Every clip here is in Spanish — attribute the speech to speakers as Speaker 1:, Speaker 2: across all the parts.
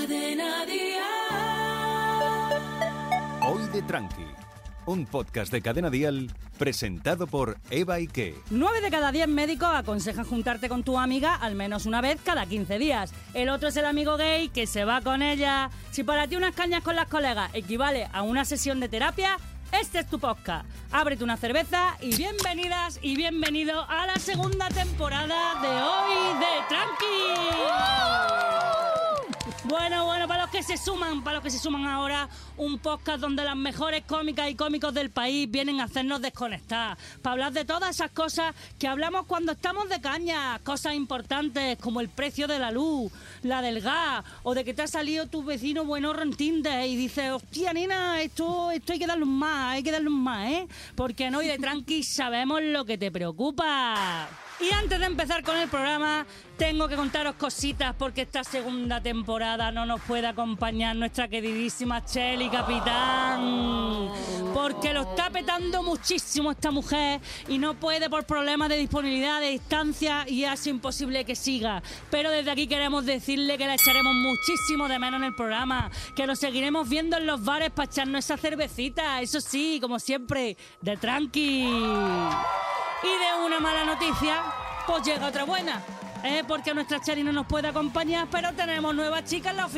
Speaker 1: Cadena Dial.
Speaker 2: Hoy de Tranqui, un podcast de Cadena Dial presentado por Eva Ike.
Speaker 3: 9 de cada 10 médicos aconsejan juntarte con tu amiga al menos una vez cada 15 días. El otro es el amigo gay que se va con ella. Si para ti unas cañas con las colegas equivale a una sesión de terapia, este es tu podcast. Ábrete una cerveza y bienvenidas y bienvenido a la segunda temporada de hoy de Tranqui. Bueno, bueno, para los que se suman, para los que se suman ahora, un podcast donde las mejores cómicas y cómicos del país vienen a hacernos desconectar, para hablar de todas esas cosas que hablamos cuando estamos de caña, cosas importantes como el precio de la luz, la del gas, o de que te ha salido tu vecino bueno en Tinder y dices, hostia nena, esto, esto hay que darle un más, hay que darle un más, ¿eh? Porque no, y de tranqui sabemos lo que te preocupa. Y antes de empezar con el programa, tengo que contaros cositas porque esta segunda temporada no nos puede acompañar nuestra queridísima Cheli Capitán. Porque lo está petando muchísimo esta mujer y no puede por problemas de disponibilidad, de distancia y hace imposible que siga. Pero desde aquí queremos decirle que la echaremos muchísimo de menos en el programa, que nos seguiremos viendo en los bares para echarnos esa cervecita, eso sí, como siempre, de tranqui. Y de una mala noticia, pues llega otra buena. Eh, porque nuestra Cheri no nos puede acompañar, pero tenemos nueva chica en la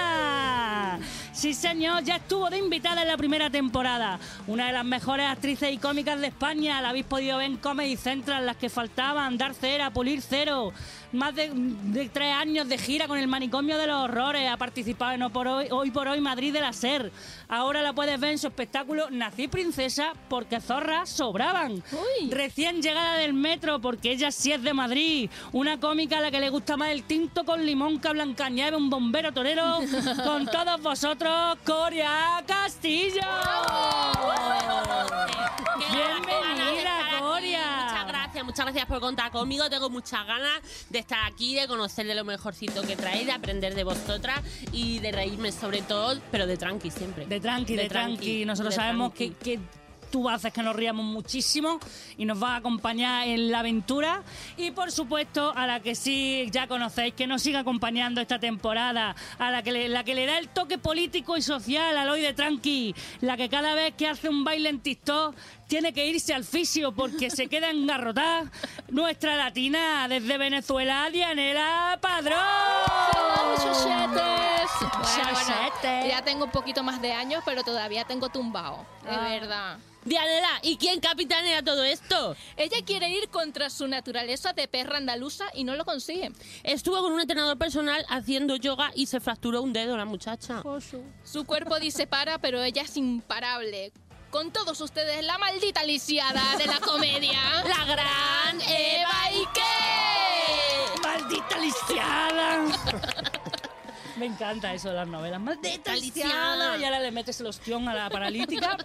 Speaker 3: oficina. Sí, señor, ya estuvo de invitada en la primera temporada. Una de las mejores actrices y cómicas de España. La habéis podido ver en Comedy Central, las que faltaban, dar cera, pulir cero. Más de, de tres años de gira con el manicomio de los horrores. Ha participado en por hoy, hoy por hoy Madrid de la SER. Ahora la puedes ver en su espectáculo Nací Princesa porque zorras sobraban. Uy. Recién llegada del metro porque ella sí es de Madrid. Una cómica a la que le gusta más el tinto con limón que a Blancañeve, un bombero torero. con todos vosotros, Coria Castillo. Bienvenida, Coria.
Speaker 4: Muchas gracias, muchas gracias por contar conmigo. Tengo muchas ganas de estar aquí, de conocer de lo mejorcito que traéis, de aprender de vosotras y de reírme sobre todo, pero de tranqui siempre.
Speaker 3: De tranqui, de, de tranqui. tranqui. Nosotros de sabemos tranqui. que, que tú haces que nos riamos muchísimo y nos va a acompañar en la aventura. Y por supuesto, a la que sí ya conocéis, que nos siga acompañando esta temporada, a la que le, la que le da el toque político y social al hoy de Tranqui, la que cada vez que hace un baile en TikTok tiene que irse al fisio porque se queda engarrotada nuestra latina desde Venezuela, Dianela Padrón.
Speaker 5: ¡Oh! Bueno, bueno, ya tengo un poquito más de años, pero todavía tengo tumbao, de ah. verdad.
Speaker 4: Dianela, ¿y quién capitanea todo esto?
Speaker 5: Ella quiere ir contra su naturaleza de perra andaluza y no lo consigue.
Speaker 4: Estuvo con un entrenador personal haciendo yoga y se fracturó un dedo la muchacha.
Speaker 5: Josu. Su cuerpo dice para, pero ella es imparable. Con todos ustedes, la maldita lisiada de la comedia,
Speaker 4: la gran Eva Ike.
Speaker 3: ¡Maldita lisiada! Me encanta eso de las novelas. Maldita Lisiada. Y ahora le metes el ostión a la paralítica.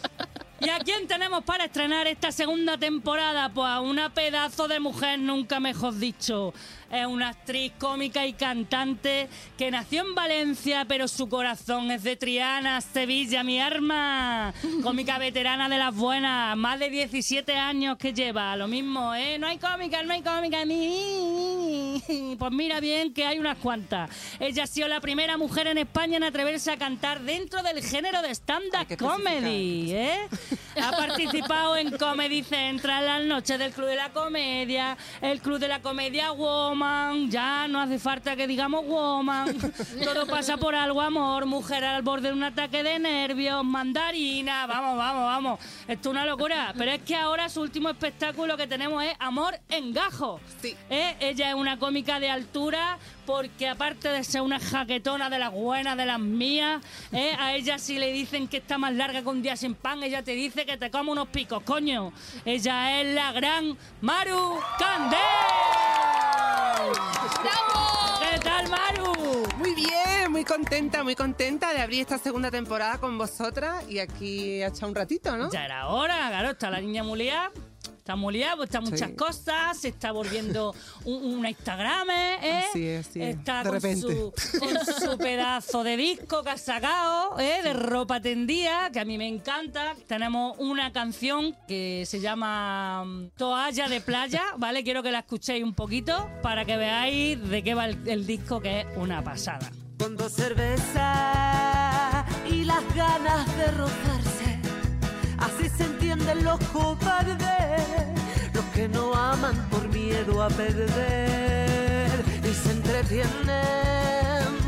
Speaker 3: ¿Y a quién tenemos para estrenar esta segunda temporada? Pues a una pedazo de mujer, nunca mejor dicho. Es una actriz cómica y cantante que nació en Valencia, pero su corazón es de Triana, Sevilla, mi arma. Cómica veterana de las buenas, más de 17 años que lleva. Lo mismo, ¿eh? No hay cómica, no hay cómica. Pues mira bien que hay unas cuantas. Ella ha sido la primera mujer en España en atreverse a cantar dentro del género de stand-up comedy, ¿eh? Ha participado en Comedy Central, las noches del Club de la Comedia, el Club de la Comedia Wow ya no hace falta que digamos woman. Todo pasa por algo, amor, mujer al borde de un ataque de nervios, mandarina, vamos, vamos, vamos. Esto es una locura. Pero es que ahora su último espectáculo que tenemos es Amor en Gajo. Sí. ¿Eh? Ella es una cómica de altura, porque aparte de ser una jaquetona de las buenas, de las mías, ¿eh? a ella si le dicen que está más larga que un día sin pan, ella te dice que te come unos picos, coño. Ella es la gran Maru Candel.
Speaker 5: ¡Bravo!
Speaker 3: ¿Qué tal, Maru?
Speaker 6: Muy bien, muy contenta, muy contenta de abrir esta segunda temporada con vosotras y aquí ha echado un ratito, ¿no?
Speaker 3: Ya era hora, claro, está la niña mulía está muy liado, está muchas sí. cosas, se está volviendo un, una Instagram, ¿eh?
Speaker 6: Así es, así es.
Speaker 3: Está
Speaker 6: de
Speaker 3: con,
Speaker 6: repente.
Speaker 3: Su, con su pedazo de disco que ha sacado, ¿eh? de ropa tendida, que a mí me encanta. Tenemos una canción que se llama mm, Toalla de playa, ¿vale? Quiero que la escuchéis un poquito para que veáis de qué va el, el disco, que es una pasada.
Speaker 1: con dos cervezas y las ganas de rozarse. Así se entienden los cobardes, los que no aman por miedo a perder y se entretienen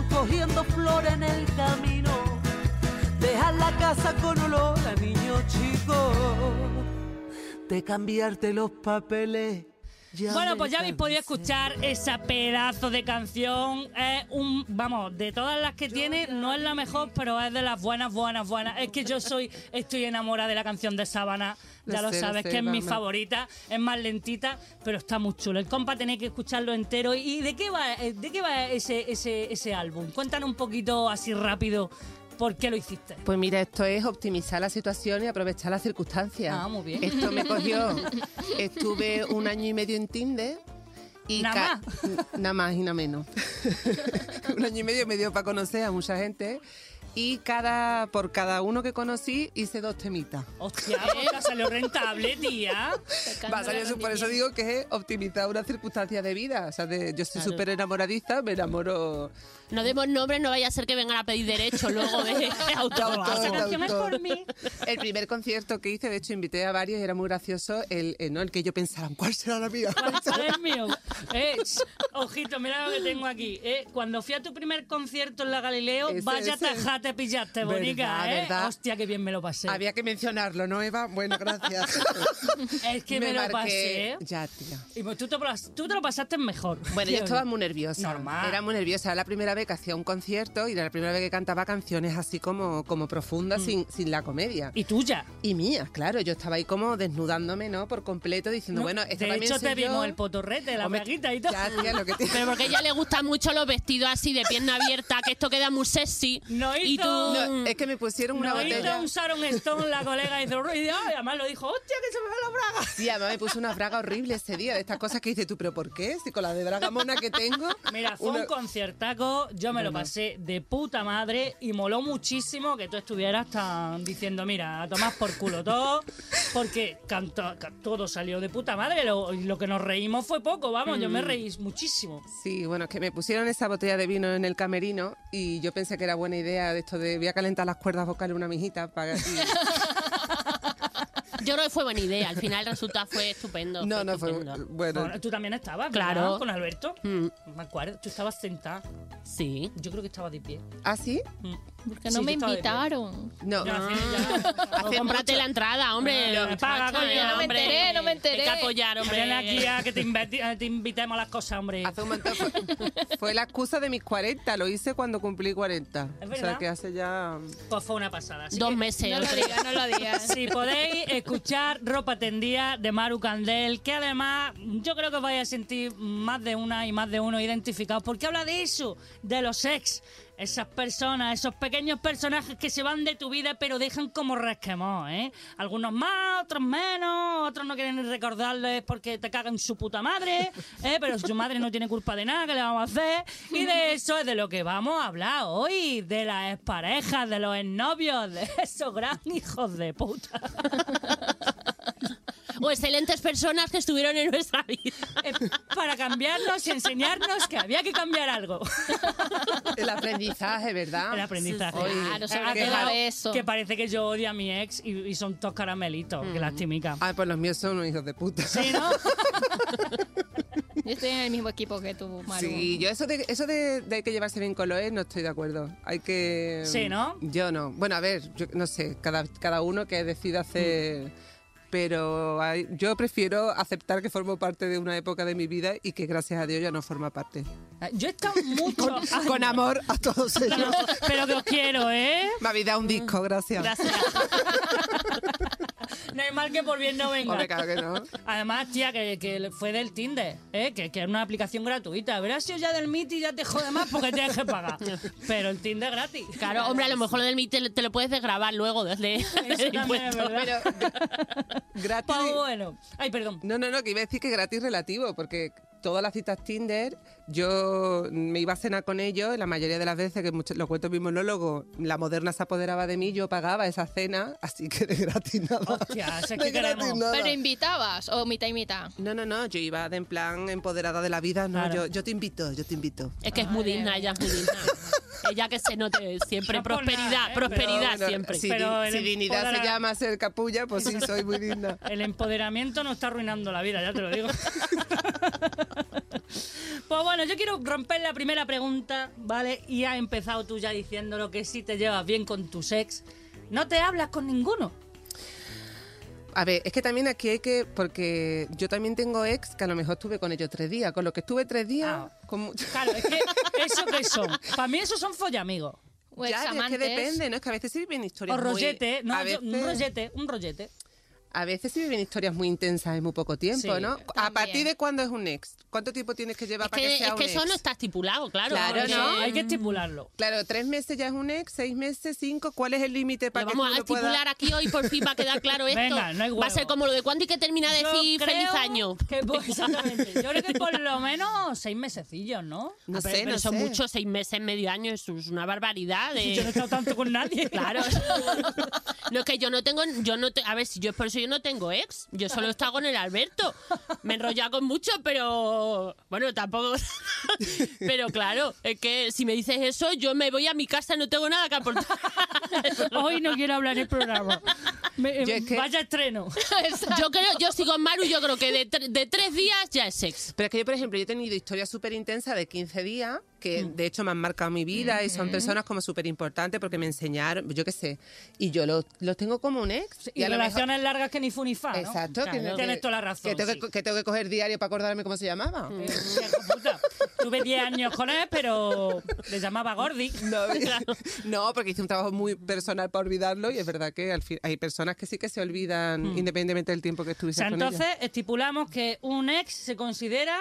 Speaker 1: cogiendo flor en el camino. Dejan la casa con olor a niño chico de cambiarte los papeles. Ya
Speaker 3: Bueno,
Speaker 1: me
Speaker 3: pues ya habéis podido
Speaker 1: cansé.
Speaker 3: escuchar esa pedazo de canción. Es un, vamos, de todas las que tiene, no es la mejor, pero es de las buenas, buenas, buenas. Es que yo soy, estoy enamorada de la canción de Sábana.
Speaker 6: Lo
Speaker 3: Ya lo,
Speaker 6: sé, lo
Speaker 3: sabes,
Speaker 6: sé,
Speaker 3: que es mi
Speaker 6: vamos.
Speaker 3: favorita, es más lentita, pero está muy chulo. El compa tenéis que escucharlo entero. ¿Y de qué va, eh, de qué va ese, ese, ese álbum? Cuéntanos un poquito así rápido por qué lo hiciste.
Speaker 6: Pues mira, esto es optimizar la situación y aprovechar las circunstancias.
Speaker 3: Ah, muy bien.
Speaker 6: Esto me cogió. Estuve un año y medio en Tinder. Y
Speaker 3: Nada
Speaker 6: ca- n- Nada más y nada menos. un año y medio me dio para conocer a mucha gente. Y cada, por cada uno que conocí hice dos temitas.
Speaker 3: Hostia, hostia, salió rentable, tía.
Speaker 6: Va, salió su- por eso digo que es optimizar una circunstancia de vida. O sea, de- yo soy
Speaker 4: Claro.
Speaker 6: súper enamoradiza, me enamoro.
Speaker 4: No demos nombres, no vaya a ser que vengan a pedir derecho luego eh, de, de autor.
Speaker 6: Todo,
Speaker 3: Esa
Speaker 6: todo,
Speaker 3: canción es
Speaker 6: todo.
Speaker 3: por mí.
Speaker 6: El primer concierto que hice, de hecho, invité a varios, era muy gracioso. El, eh, no, el que yo pensaba, ¿cuál será la mía?
Speaker 3: Es mío. Eh, ch, ojito, mira lo que tengo aquí. Eh, cuando fui a tu primer concierto en la Galileo,
Speaker 6: Ese,
Speaker 3: vaya
Speaker 6: ese.
Speaker 3: tajate pillaste,
Speaker 6: Verdad,
Speaker 3: bonica, ¿eh?
Speaker 6: verdad.
Speaker 3: Hostia, qué bien me lo pasé.
Speaker 6: Había que mencionarlo, ¿no, Eva? Bueno, gracias.
Speaker 3: Es que me, lo
Speaker 6: marqué-
Speaker 3: pasé.
Speaker 6: Ya, tía.
Speaker 3: Y pues tú te, plas- tú te lo pasaste mejor.
Speaker 6: Bueno, yo estaba muy nerviosa.
Speaker 3: Normal.
Speaker 6: Era muy nerviosa. Era la primera vez que hacía un concierto y era la primera vez que cantaba canciones así como, como profundas, sin, sin la comedia.
Speaker 3: Y tuya.
Speaker 6: Mm. Y mías, claro, yo estaba ahí como desnudándome, ¿no? Por completo, diciendo,
Speaker 3: No,
Speaker 6: bueno, esta
Speaker 3: de
Speaker 6: también
Speaker 3: hecho,
Speaker 6: soy
Speaker 3: te
Speaker 6: yo.
Speaker 3: vimos el potorrete, la
Speaker 6: Hombre,
Speaker 3: braguita y todo.
Speaker 6: Ya, tía, lo que tiene.
Speaker 4: Pero porque a ella le gustan mucho los vestidos así de pierna abierta, que esto queda muy sexy.
Speaker 3: No eh.
Speaker 4: y
Speaker 3: hizo-
Speaker 4: tú. mm,
Speaker 6: No, es que me pusieron una
Speaker 3: no hizo
Speaker 6: botella.
Speaker 3: un Sharon Stone, la colega, y, dice, "Uy, ay", además lo dijo, hostia, que se me va la braga.
Speaker 6: Sí, además me puse una braga horrible ese día, de estas cosas que dices tú, pero ¿por qué? Si con la de braga mona que tengo.
Speaker 3: Mira, fue
Speaker 6: una-
Speaker 3: un conciertaco, yo me lo pasé de puta madre y moló muchísimo que tú estuvieras tan diciendo, mira, a tomar por culo todo, porque cantó- ca- todo salió de puta madre, lo, lo que nos reímos fue poco, vamos, yo me reí muchísimo.
Speaker 6: Sí, bueno, es que me pusieron esa botella de vino en el camerino y yo pensé que era buena idea de esto de voy a calentar las cuerdas vocales una mijita para... y-
Speaker 4: Yo creo que fue buena idea. Al final el resultado fue estupendo.
Speaker 6: No, no, fue...
Speaker 4: estupendo.
Speaker 6: Bueno,
Speaker 3: Bueno, tú también estabas,
Speaker 4: Claro.
Speaker 3: ¿verdad? Con Alberto.
Speaker 4: Mm,
Speaker 3: Me acuerdo, tú estabas sentada,
Speaker 4: sí.
Speaker 3: yo creo que estaba de pie.
Speaker 6: ¿ah, sí?
Speaker 5: Porque no
Speaker 3: Sí,
Speaker 5: me
Speaker 3: estaba de pie.
Speaker 5: invitaron.
Speaker 6: No.
Speaker 3: Ya, sí, ya.
Speaker 4: O cómprate la entrada, hombre.
Speaker 3: No, no, paga,
Speaker 4: Chacha,
Speaker 3: coño, no me
Speaker 4: hombre.
Speaker 5: enteré, no me
Speaker 4: Hay que
Speaker 5: enteré.
Speaker 4: apoyar, hombre.
Speaker 3: Ven aquí ah, a que te, invite- a que te invitemos a las cosas, hombre.
Speaker 6: Hace un montón. Fue, fue la excusa de mis 40, lo hice cuando cumplí 40.
Speaker 3: Es
Speaker 6: o sea,
Speaker 3: verdad.
Speaker 6: que hace ya...
Speaker 3: Pues fue una pasada. así
Speaker 4: Dos
Speaker 3: que-
Speaker 4: meses.
Speaker 5: No lo
Speaker 4: o tres.
Speaker 5: digas, no lo digas.
Speaker 3: Si podéis escuchar Ropa Tendida de Maru Candel, que además yo creo que os vais a sentir más de una y más de uno identificados, porque habla de eso, de los ex, esas personas, esos pequeños personajes que se van de tu vida pero dejan como resquemor, ¿eh? Algunos más, otros menos, otros no quieren ni recordarles porque te cagan su puta madre, ¿eh? pero su madre no tiene culpa de nada, ¿qué le vamos a hacer? Y de eso es de lo que vamos a hablar hoy, de las parejas, de los novios, de esos gran hijos de puta.
Speaker 4: O excelentes personas que estuvieron en nuestra vida.
Speaker 3: Eh, para cambiarnos y enseñarnos que había que cambiar algo.
Speaker 6: El aprendizaje, ¿verdad?
Speaker 3: El aprendizaje.
Speaker 6: Oye,
Speaker 5: Claro, sobre
Speaker 3: Ha
Speaker 5: todo
Speaker 3: quedado
Speaker 5: eso.
Speaker 3: Que parece que yo odio a mi ex y, y son todos caramelitos. Qué lastimica.
Speaker 6: Ah, pues los míos son unos hijos de puta.
Speaker 3: Sí, ¿no?
Speaker 5: Yo estoy en el mismo equipo que tú, Maru.
Speaker 6: Sí, yo eso de eso de, de hay que llevarse bien con los ex no estoy de acuerdo. Hay que mm,
Speaker 3: Sí, ¿no?
Speaker 6: Yo no. Bueno, a ver, yo no sé, cada cada uno que decida
Speaker 3: Mm.
Speaker 6: hacer pero hay- yo prefiero aceptar que formo parte de una época de mi vida y que gracias a Dios ya no forma parte.
Speaker 3: Yo he estado mucho. Ay,
Speaker 6: Con amor a todos ellos.
Speaker 3: Pero que os quiero, ¿eh?
Speaker 6: Me habéis dado un disco, gracias.
Speaker 3: No hay mal que por bien no venga.
Speaker 6: Hombre, claro que no.
Speaker 3: Además, tía, que, que fue del Tinder, ¿eh? que, que era una aplicación gratuita. Verás si ya del Miti ya te jode más porque tienes que pagar. Pero el Tinder gratis.
Speaker 4: Claro, hombre, a lo mejor lo del meet te, te lo puedes desgrabar luego desde
Speaker 3: Eso también es verdad.
Speaker 6: Pero gratis.
Speaker 3: Pues bueno. Ay, perdón.
Speaker 6: No, no, no, que iba a decir que gratis relativo, porque todas las citas Tinder, yo me iba a cenar con ellos, la mayoría de las veces, que mucho- lo cuento en mi monólogo, la moderna se apoderaba de mí, yo pagaba esa cena, así que de gratis nada.
Speaker 3: Hostia, si es que
Speaker 6: De gratis
Speaker 3: queremos.
Speaker 6: nada.
Speaker 5: Pero invitabas, o mitad y mitad.
Speaker 6: No, no, no, yo iba de en plan empoderada de la vida, no,
Speaker 3: Claro.
Speaker 6: yo, yo te invito, yo te invito.
Speaker 4: Es que es muy digna, ella es muy digna. ella que se note siempre
Speaker 3: No por
Speaker 4: prosperidad,
Speaker 3: nada, ¿eh?
Speaker 4: prosperidad
Speaker 6: Pero bueno,
Speaker 4: siempre.
Speaker 6: Si,
Speaker 3: Pero
Speaker 6: di-
Speaker 3: el
Speaker 6: si dignidad
Speaker 3: empoderar-
Speaker 6: se llama ser capulla, pues sí, soy muy digna.
Speaker 3: El empoderamiento no está arruinando la vida, ya te lo digo. pues bueno, yo quiero romper la primera pregunta, ¿vale? Y has empezado tú ya diciéndolo que si te llevas bien con tu ex, no te hablas con ninguno.
Speaker 6: A ver, es que también aquí hay que, porque yo también tengo ex que a lo mejor estuve con ellos tres días, con lo que estuve tres días,
Speaker 3: Ah.
Speaker 6: con mucho-
Speaker 3: Claro, es que eso que son. Para mí esos son follamigos.
Speaker 5: O
Speaker 6: Ya, pero es que
Speaker 5: examantes.
Speaker 6: depende, ¿no? Es que a veces sí viven historias
Speaker 3: O
Speaker 6: muy-
Speaker 3: rollete, ¿eh? no,
Speaker 6: a
Speaker 3: yo-
Speaker 6: veces,
Speaker 3: un rollete, un rollete.
Speaker 6: a veces sí viven historias muy intensas en muy poco tiempo,
Speaker 3: Sí,
Speaker 6: ¿no? ¿A
Speaker 5: también.
Speaker 6: partir de cuándo es un ex? ¿Cuánto tiempo tienes que llevar
Speaker 4: Es
Speaker 6: para que
Speaker 4: que,
Speaker 6: sea
Speaker 4: es
Speaker 6: un
Speaker 4: que
Speaker 6: ex?
Speaker 4: eso no está estipulado, claro.
Speaker 6: Claro,
Speaker 4: porque
Speaker 6: ¿no?
Speaker 3: Hay que estipularlo.
Speaker 6: Claro, tres meses ya es un ex, seis meses, cinco. ¿Cuál es el límite
Speaker 4: Lo
Speaker 6: para que
Speaker 4: vamos
Speaker 6: tú
Speaker 4: a
Speaker 6: lo puedas-
Speaker 4: estipular aquí hoy por fin para quedar claro esto.
Speaker 3: Venga, no hay
Speaker 4: Va a ser
Speaker 3: huevo.
Speaker 4: como lo de cuándo y que termina de
Speaker 3: Yo
Speaker 4: decir
Speaker 3: creo
Speaker 4: feliz año.
Speaker 3: que- pues, exactamente. Yo creo que por lo menos seis mesecillos, ¿no?
Speaker 4: Pero-
Speaker 6: No sé,
Speaker 4: pero
Speaker 6: no
Speaker 4: son
Speaker 6: sé.
Speaker 4: muchos seis meses, medio año, eso es una barbaridad. de-
Speaker 3: Yo no he estado tanto con nadie.
Speaker 4: Claro. No, es que yo no tengo, yo no te- a ver, si yo es por eso yo no tengo ex. Yo solo he estado con el Alberto. Me he enrollado con mucho, pero bueno, tampoco. Pero claro, es que si me dices eso, yo me voy a mi casa, no tengo nada que aportar.
Speaker 3: Hoy no quiero hablar en el programa. Me- em,
Speaker 6: Yo es que-
Speaker 3: Vaya estreno.
Speaker 4: Yo creo, yo sigo en Maru, yo creo que de, tre- de tres días ya es ex.
Speaker 6: Pero es que yo, por ejemplo, yo he tenido historias súper intensas de 15 días que
Speaker 3: Mm.
Speaker 6: de hecho me han marcado mi vida y son personas como súper importantes porque me enseñaron, yo qué sé, y yo los los tengo como un ex.
Speaker 3: Y,
Speaker 6: a lo mejor-
Speaker 3: relaciones largas que ni funifá, Ah, ¿no?
Speaker 6: Exacto, que,
Speaker 3: Claro.
Speaker 6: no-
Speaker 3: Tienes
Speaker 6: que-
Speaker 3: toda la razón.
Speaker 6: Que tengo,
Speaker 3: sí.
Speaker 6: que, que tengo que coger diario para acordarme cómo se llamaba.
Speaker 3: Eh, hijo puta. Tuve 10 años con él, pero le llamaba Gordi.
Speaker 6: No, no, porque hice un trabajo muy personal para olvidarlo y es verdad que al fin hay personas que sí que se olvidan independientemente del tiempo
Speaker 3: Mm. O
Speaker 6: que
Speaker 3: sea,
Speaker 6: estuviesen con
Speaker 3: entonces estipulamos que un ex se considera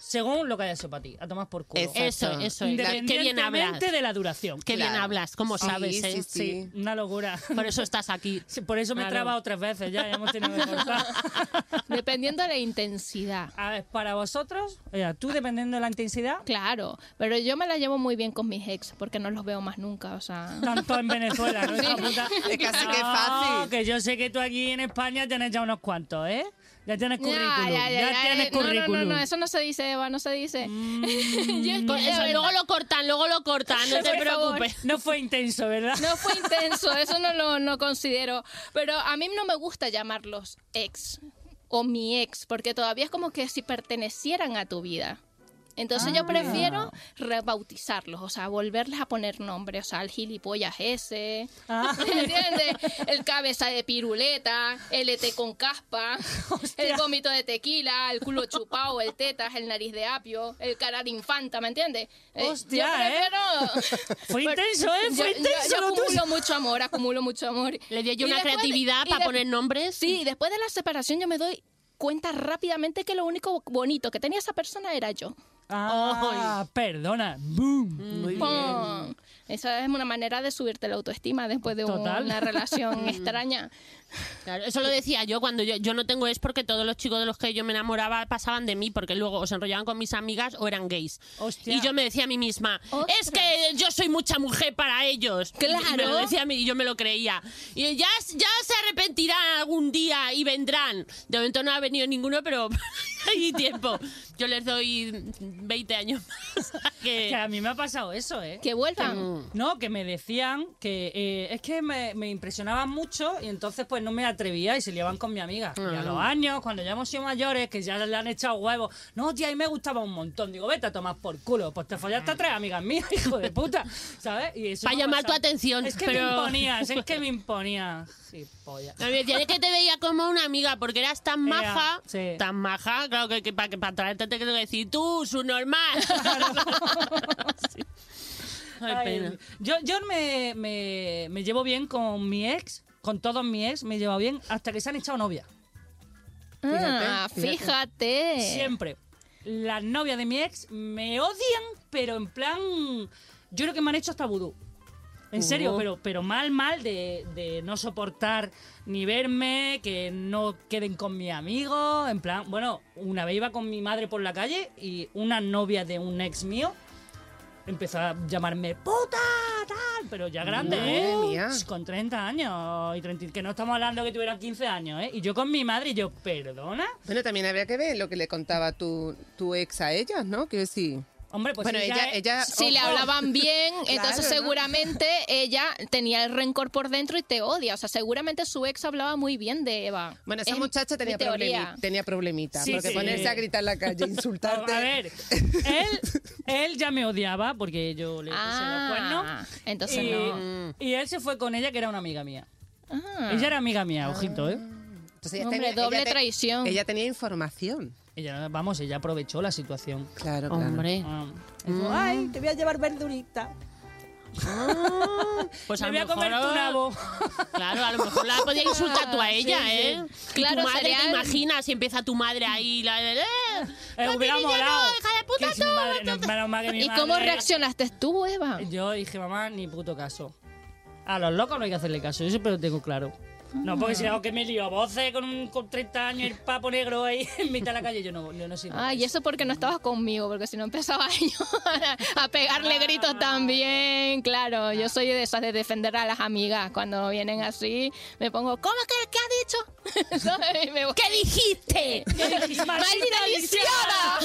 Speaker 3: según lo que haya sido para ti. A tomar por culo.
Speaker 6: Exacto.
Speaker 4: Eso, eso. es. La- Qué bien hablas.
Speaker 3: Independientemente de la duración.
Speaker 4: Qué bien
Speaker 6: Claro.
Speaker 4: hablas, cómo
Speaker 6: Sí,
Speaker 4: sabes,
Speaker 6: sí,
Speaker 4: eh?
Speaker 6: sí.
Speaker 3: Sí, una locura.
Speaker 4: Por eso estás aquí.
Speaker 3: Sí, Por eso me he
Speaker 4: Claro.
Speaker 3: trabado tres veces, ya, ya hemos tenido que cortar.
Speaker 5: Dependiendo de la intensidad.
Speaker 3: A ver, para vosotros, eh, tú dependiendo de la intensidad,
Speaker 5: Claro, pero yo me la llevo muy bien con mis ex porque no los veo más nunca, o sea...
Speaker 3: tanto en Venezuela, ¿no? hija puta?
Speaker 6: Es casi que
Speaker 3: No,
Speaker 6: Ah, fácil.
Speaker 3: que yo sé que tú aquí en España tienes ya unos cuantos, ¿eh? Ya tienes currículum. Ya, tienes
Speaker 5: eh, no, no,
Speaker 3: currículum. Mm,
Speaker 5: no, no, eso no se dice, Eva, no se dice. Yo es que,
Speaker 4: Con
Speaker 5: de
Speaker 4: eso,
Speaker 5: verdad,
Speaker 4: luego lo cortan, luego lo cortan, no te
Speaker 5: Por favor.
Speaker 4: preocupes.
Speaker 3: No fue intenso, ¿verdad?
Speaker 5: No fue intenso, eso no lo no considero. Pero a mí no me gusta llamarlos ex o mi ex, porque todavía es como que si pertenecieran a tu vida. Entonces
Speaker 3: Ah.
Speaker 5: yo prefiero rebautizarlos, o sea, volverles a poner nombre, o sea, el gilipollas ese,
Speaker 3: Ah.
Speaker 5: ¿me entiendes? El cabeza de piruleta, el ET con caspa, el vómito de tequila, el culo chupado, el tetas, el nariz de apio, el cara de infanta, ¿me entiendes? Eh, yo
Speaker 3: Hostia, ¿eh?
Speaker 5: prefiero-
Speaker 3: Fue intenso, ¿eh? Fue
Speaker 5: yo, yo-
Speaker 3: intenso
Speaker 5: yo
Speaker 3: lo
Speaker 5: acumulo
Speaker 3: tuyo.
Speaker 5: mucho amor, acumulo mucho amor.
Speaker 4: Le di yo
Speaker 5: Y
Speaker 4: una
Speaker 5: después de-
Speaker 4: creatividad
Speaker 5: y
Speaker 4: para
Speaker 5: de-
Speaker 4: poner nombres.
Speaker 5: Sí, después de la separación yo me doy cuenta rápidamente que lo único bonito que tenía esa persona era yo.
Speaker 3: Ah, perdona. Boom.
Speaker 6: Muy
Speaker 5: Pon. Esa es una manera de subirte la autoestima después de
Speaker 3: Total.
Speaker 5: una relación extraña.
Speaker 4: Claro, eso lo decía yo cuando yo, yo no tengo es porque todos los chicos de los que yo me enamoraba pasaban de mí porque luego o se enrollaban con mis amigas o eran gays.
Speaker 3: Hostia.
Speaker 4: Y yo me decía a mí misma, es
Speaker 5: Ostras.
Speaker 4: que yo soy mucha mujer para ellos.
Speaker 5: Claro.
Speaker 4: Y me lo decía a mí y yo me lo creía. Y ya, ya se arrepentirán algún día y vendrán. De momento no ha venido ninguno, pero hay tiempo. Yo les doy 20 años más.
Speaker 3: Que
Speaker 4: Que, Mm.
Speaker 3: a mí me ha pasado eso, ¿eh?
Speaker 5: Que vuelvan.
Speaker 3: No, que me decían que eh, es que me, me impresionaban mucho y entonces pues no me atrevía y se liaban con mi amiga. Y a
Speaker 4: Ah.
Speaker 3: los años, cuando ya hemos sido mayores, que ya le han echado huevos, no, tía, a mí me gustaba un montón. Digo, vete a tomar por culo, pues te follaste a tres amigas mías, hijo de puta, ¿sabes? Y eso
Speaker 4: Para
Speaker 3: me ha
Speaker 4: llamar tu
Speaker 3: pasado.
Speaker 4: atención,
Speaker 3: Es que me
Speaker 4: pero-
Speaker 3: imponías, es que me imponías. Sí, polla.
Speaker 4: A mí me decían, "Es que te veía como una amiga porque eras tan
Speaker 3: Era,
Speaker 4: maja,
Speaker 3: sí.
Speaker 4: tan maja, claro que, para que, pa traerte te tengo que decir tú, su normal. Sí. Ay,
Speaker 3: Ay,
Speaker 4: pena.
Speaker 3: Yo, yo me, me- me llevo bien con mi ex, con todos mis ex, me he llevado bien hasta que se han echado novia.
Speaker 5: Ah,
Speaker 6: Fíjate, fíjate.
Speaker 5: fíjate.
Speaker 3: Siempre. Las novias de mi ex me odian, pero en plan. Yo creo que me han hecho hasta vudú. En serio, pero, pero mal, mal de, de no soportar ni verme, que no queden con mis amigos. En plan, bueno, una vez iba con mi madre por la calle y una novia de un ex mío empezó a llamarme puta, tal, pero ya grande,
Speaker 6: Madre
Speaker 3: ¿eh?
Speaker 6: mía.
Speaker 3: Ch, Con 30 años y 30, que no estamos hablando que tuviera 15 años, ¿eh? Y yo con mi madre, y yo, ¿perdona?
Speaker 6: Bueno, también habría que ver lo que le contaba tu, tu ex a ellas, ¿no? Que sí.
Speaker 3: Hombre, pues
Speaker 6: Bueno,
Speaker 3: sí, ya
Speaker 6: ella-
Speaker 3: es-
Speaker 6: ella-
Speaker 5: Si le
Speaker 6: Ojo.
Speaker 5: hablaban bien, entonces
Speaker 6: Claro, ¿no?
Speaker 5: seguramente ella tenía el rencor por dentro y te odia. O sea, seguramente su ex hablaba muy bien de Eva.
Speaker 6: Bueno, esa
Speaker 5: Es
Speaker 6: muchacha
Speaker 5: mi
Speaker 6: tenía,
Speaker 5: teoría.
Speaker 6: problemi- tenía problemitas.
Speaker 3: Sí,
Speaker 6: porque
Speaker 3: sí.
Speaker 6: ponerse a gritar en la calle, insultarte.
Speaker 3: A ver, él, él ya me odiaba porque yo le puse los
Speaker 5: Ah,
Speaker 3: cuernos.
Speaker 5: entonces
Speaker 3: y,
Speaker 5: no.
Speaker 3: y él se fue con ella, que era una amiga mía.
Speaker 5: Ah,
Speaker 3: Ella era amiga mía, ojito, ¿eh?
Speaker 6: Entonces ella
Speaker 5: hombre,
Speaker 6: tenía- ella
Speaker 5: doble
Speaker 6: te-
Speaker 5: traición.
Speaker 6: Ella tenía información.
Speaker 3: Ella, vamos, ella aprovechó la situación.
Speaker 6: Claro, claro.
Speaker 4: Hombre.
Speaker 3: Ah, dijo, Ay, te voy a llevar verdurita.
Speaker 4: Pues
Speaker 3: Me
Speaker 4: a
Speaker 3: voy
Speaker 4: lo
Speaker 3: a comer
Speaker 4: mejor-
Speaker 3: tu nabo. Eh,
Speaker 4: Claro, a lo mejor la podía insultar tú a ella, ¿eh?
Speaker 5: Claro,
Speaker 4: tu madre,
Speaker 5: sería
Speaker 4: ¿te
Speaker 5: el-
Speaker 4: imaginas? Si empieza tu madre ahí, la, la, la,
Speaker 3: Eh,
Speaker 4: "Con mi
Speaker 3: hubiera
Speaker 4: niño
Speaker 3: molado.
Speaker 4: no, Pues hija de puta
Speaker 3: Que si
Speaker 4: tú,
Speaker 3: mi madre- no, menos mal que mi
Speaker 5: ¿Y cómo
Speaker 3: madre-
Speaker 5: reaccionaste tú, Eva?
Speaker 3: Yo dije, mamá, ni puto caso. A los locos no hay que hacerle caso, yo siempre lo tengo claro. No, porque si no, que me lío a voces con, un- con 30 años y el papo negro ahí en mitad de la calle, yo no, yo no soy. para
Speaker 5: Ah, y eso porque no estabas conmigo, porque si no empezaba yo a a pegarle gritos también. Claro, yo soy de esas de defender a las amigas. Cuando vienen así, me pongo, ¿cómo que qué ha dicho? ¿Sabes? Y me voy.
Speaker 4: ¿Qué dijiste?
Speaker 3: eso.
Speaker 5: ¡Maldita lisiada!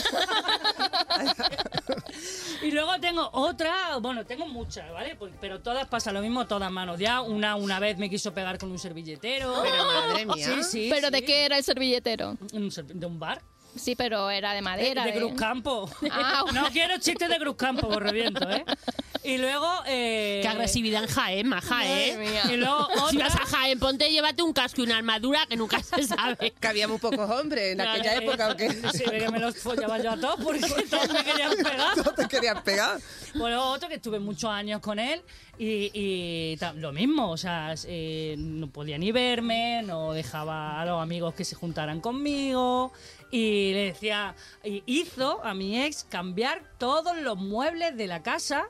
Speaker 3: Y luego tengo otra, bueno, tengo muchas, ¿vale? Por- Pero todas pasan lo mismo, todas manos. Ya una una vez me quiso pegar con un servilletero.
Speaker 6: Pero madre mía.
Speaker 3: Sí, sí.
Speaker 5: ¿Pero de
Speaker 3: sí.
Speaker 5: qué era el servilletero?
Speaker 3: Un serv- de un bar.
Speaker 5: Sí, pero era de madera.
Speaker 3: de,
Speaker 5: de-
Speaker 3: Cruz Campo.
Speaker 5: Ah, bueno.
Speaker 3: No quiero chistes de Cruz Campo, os reviento, ¿eh? Y luego. Eh,
Speaker 4: Qué agresividad en Jaén, maja,
Speaker 5: Madre
Speaker 4: ¿eh?
Speaker 5: mía.
Speaker 3: Y luego
Speaker 4: Si
Speaker 3: otra.
Speaker 4: vas a Jaén, ponte, llévate un casco y una armadura que nunca se sabe.
Speaker 6: Que había muy pocos hombres en aquella época. ¿o qué?
Speaker 3: Sí, que me los follaba yo a todos porque todos me querían pegar.
Speaker 6: No te querías pegar.
Speaker 3: Bueno, otro que estuve muchos años con él y, y ta- lo mismo, o sea, eh, no podía ni verme, no dejaba a los amigos que se juntaran conmigo y le decía, y hizo a mi ex cambiar todos los muebles de la casa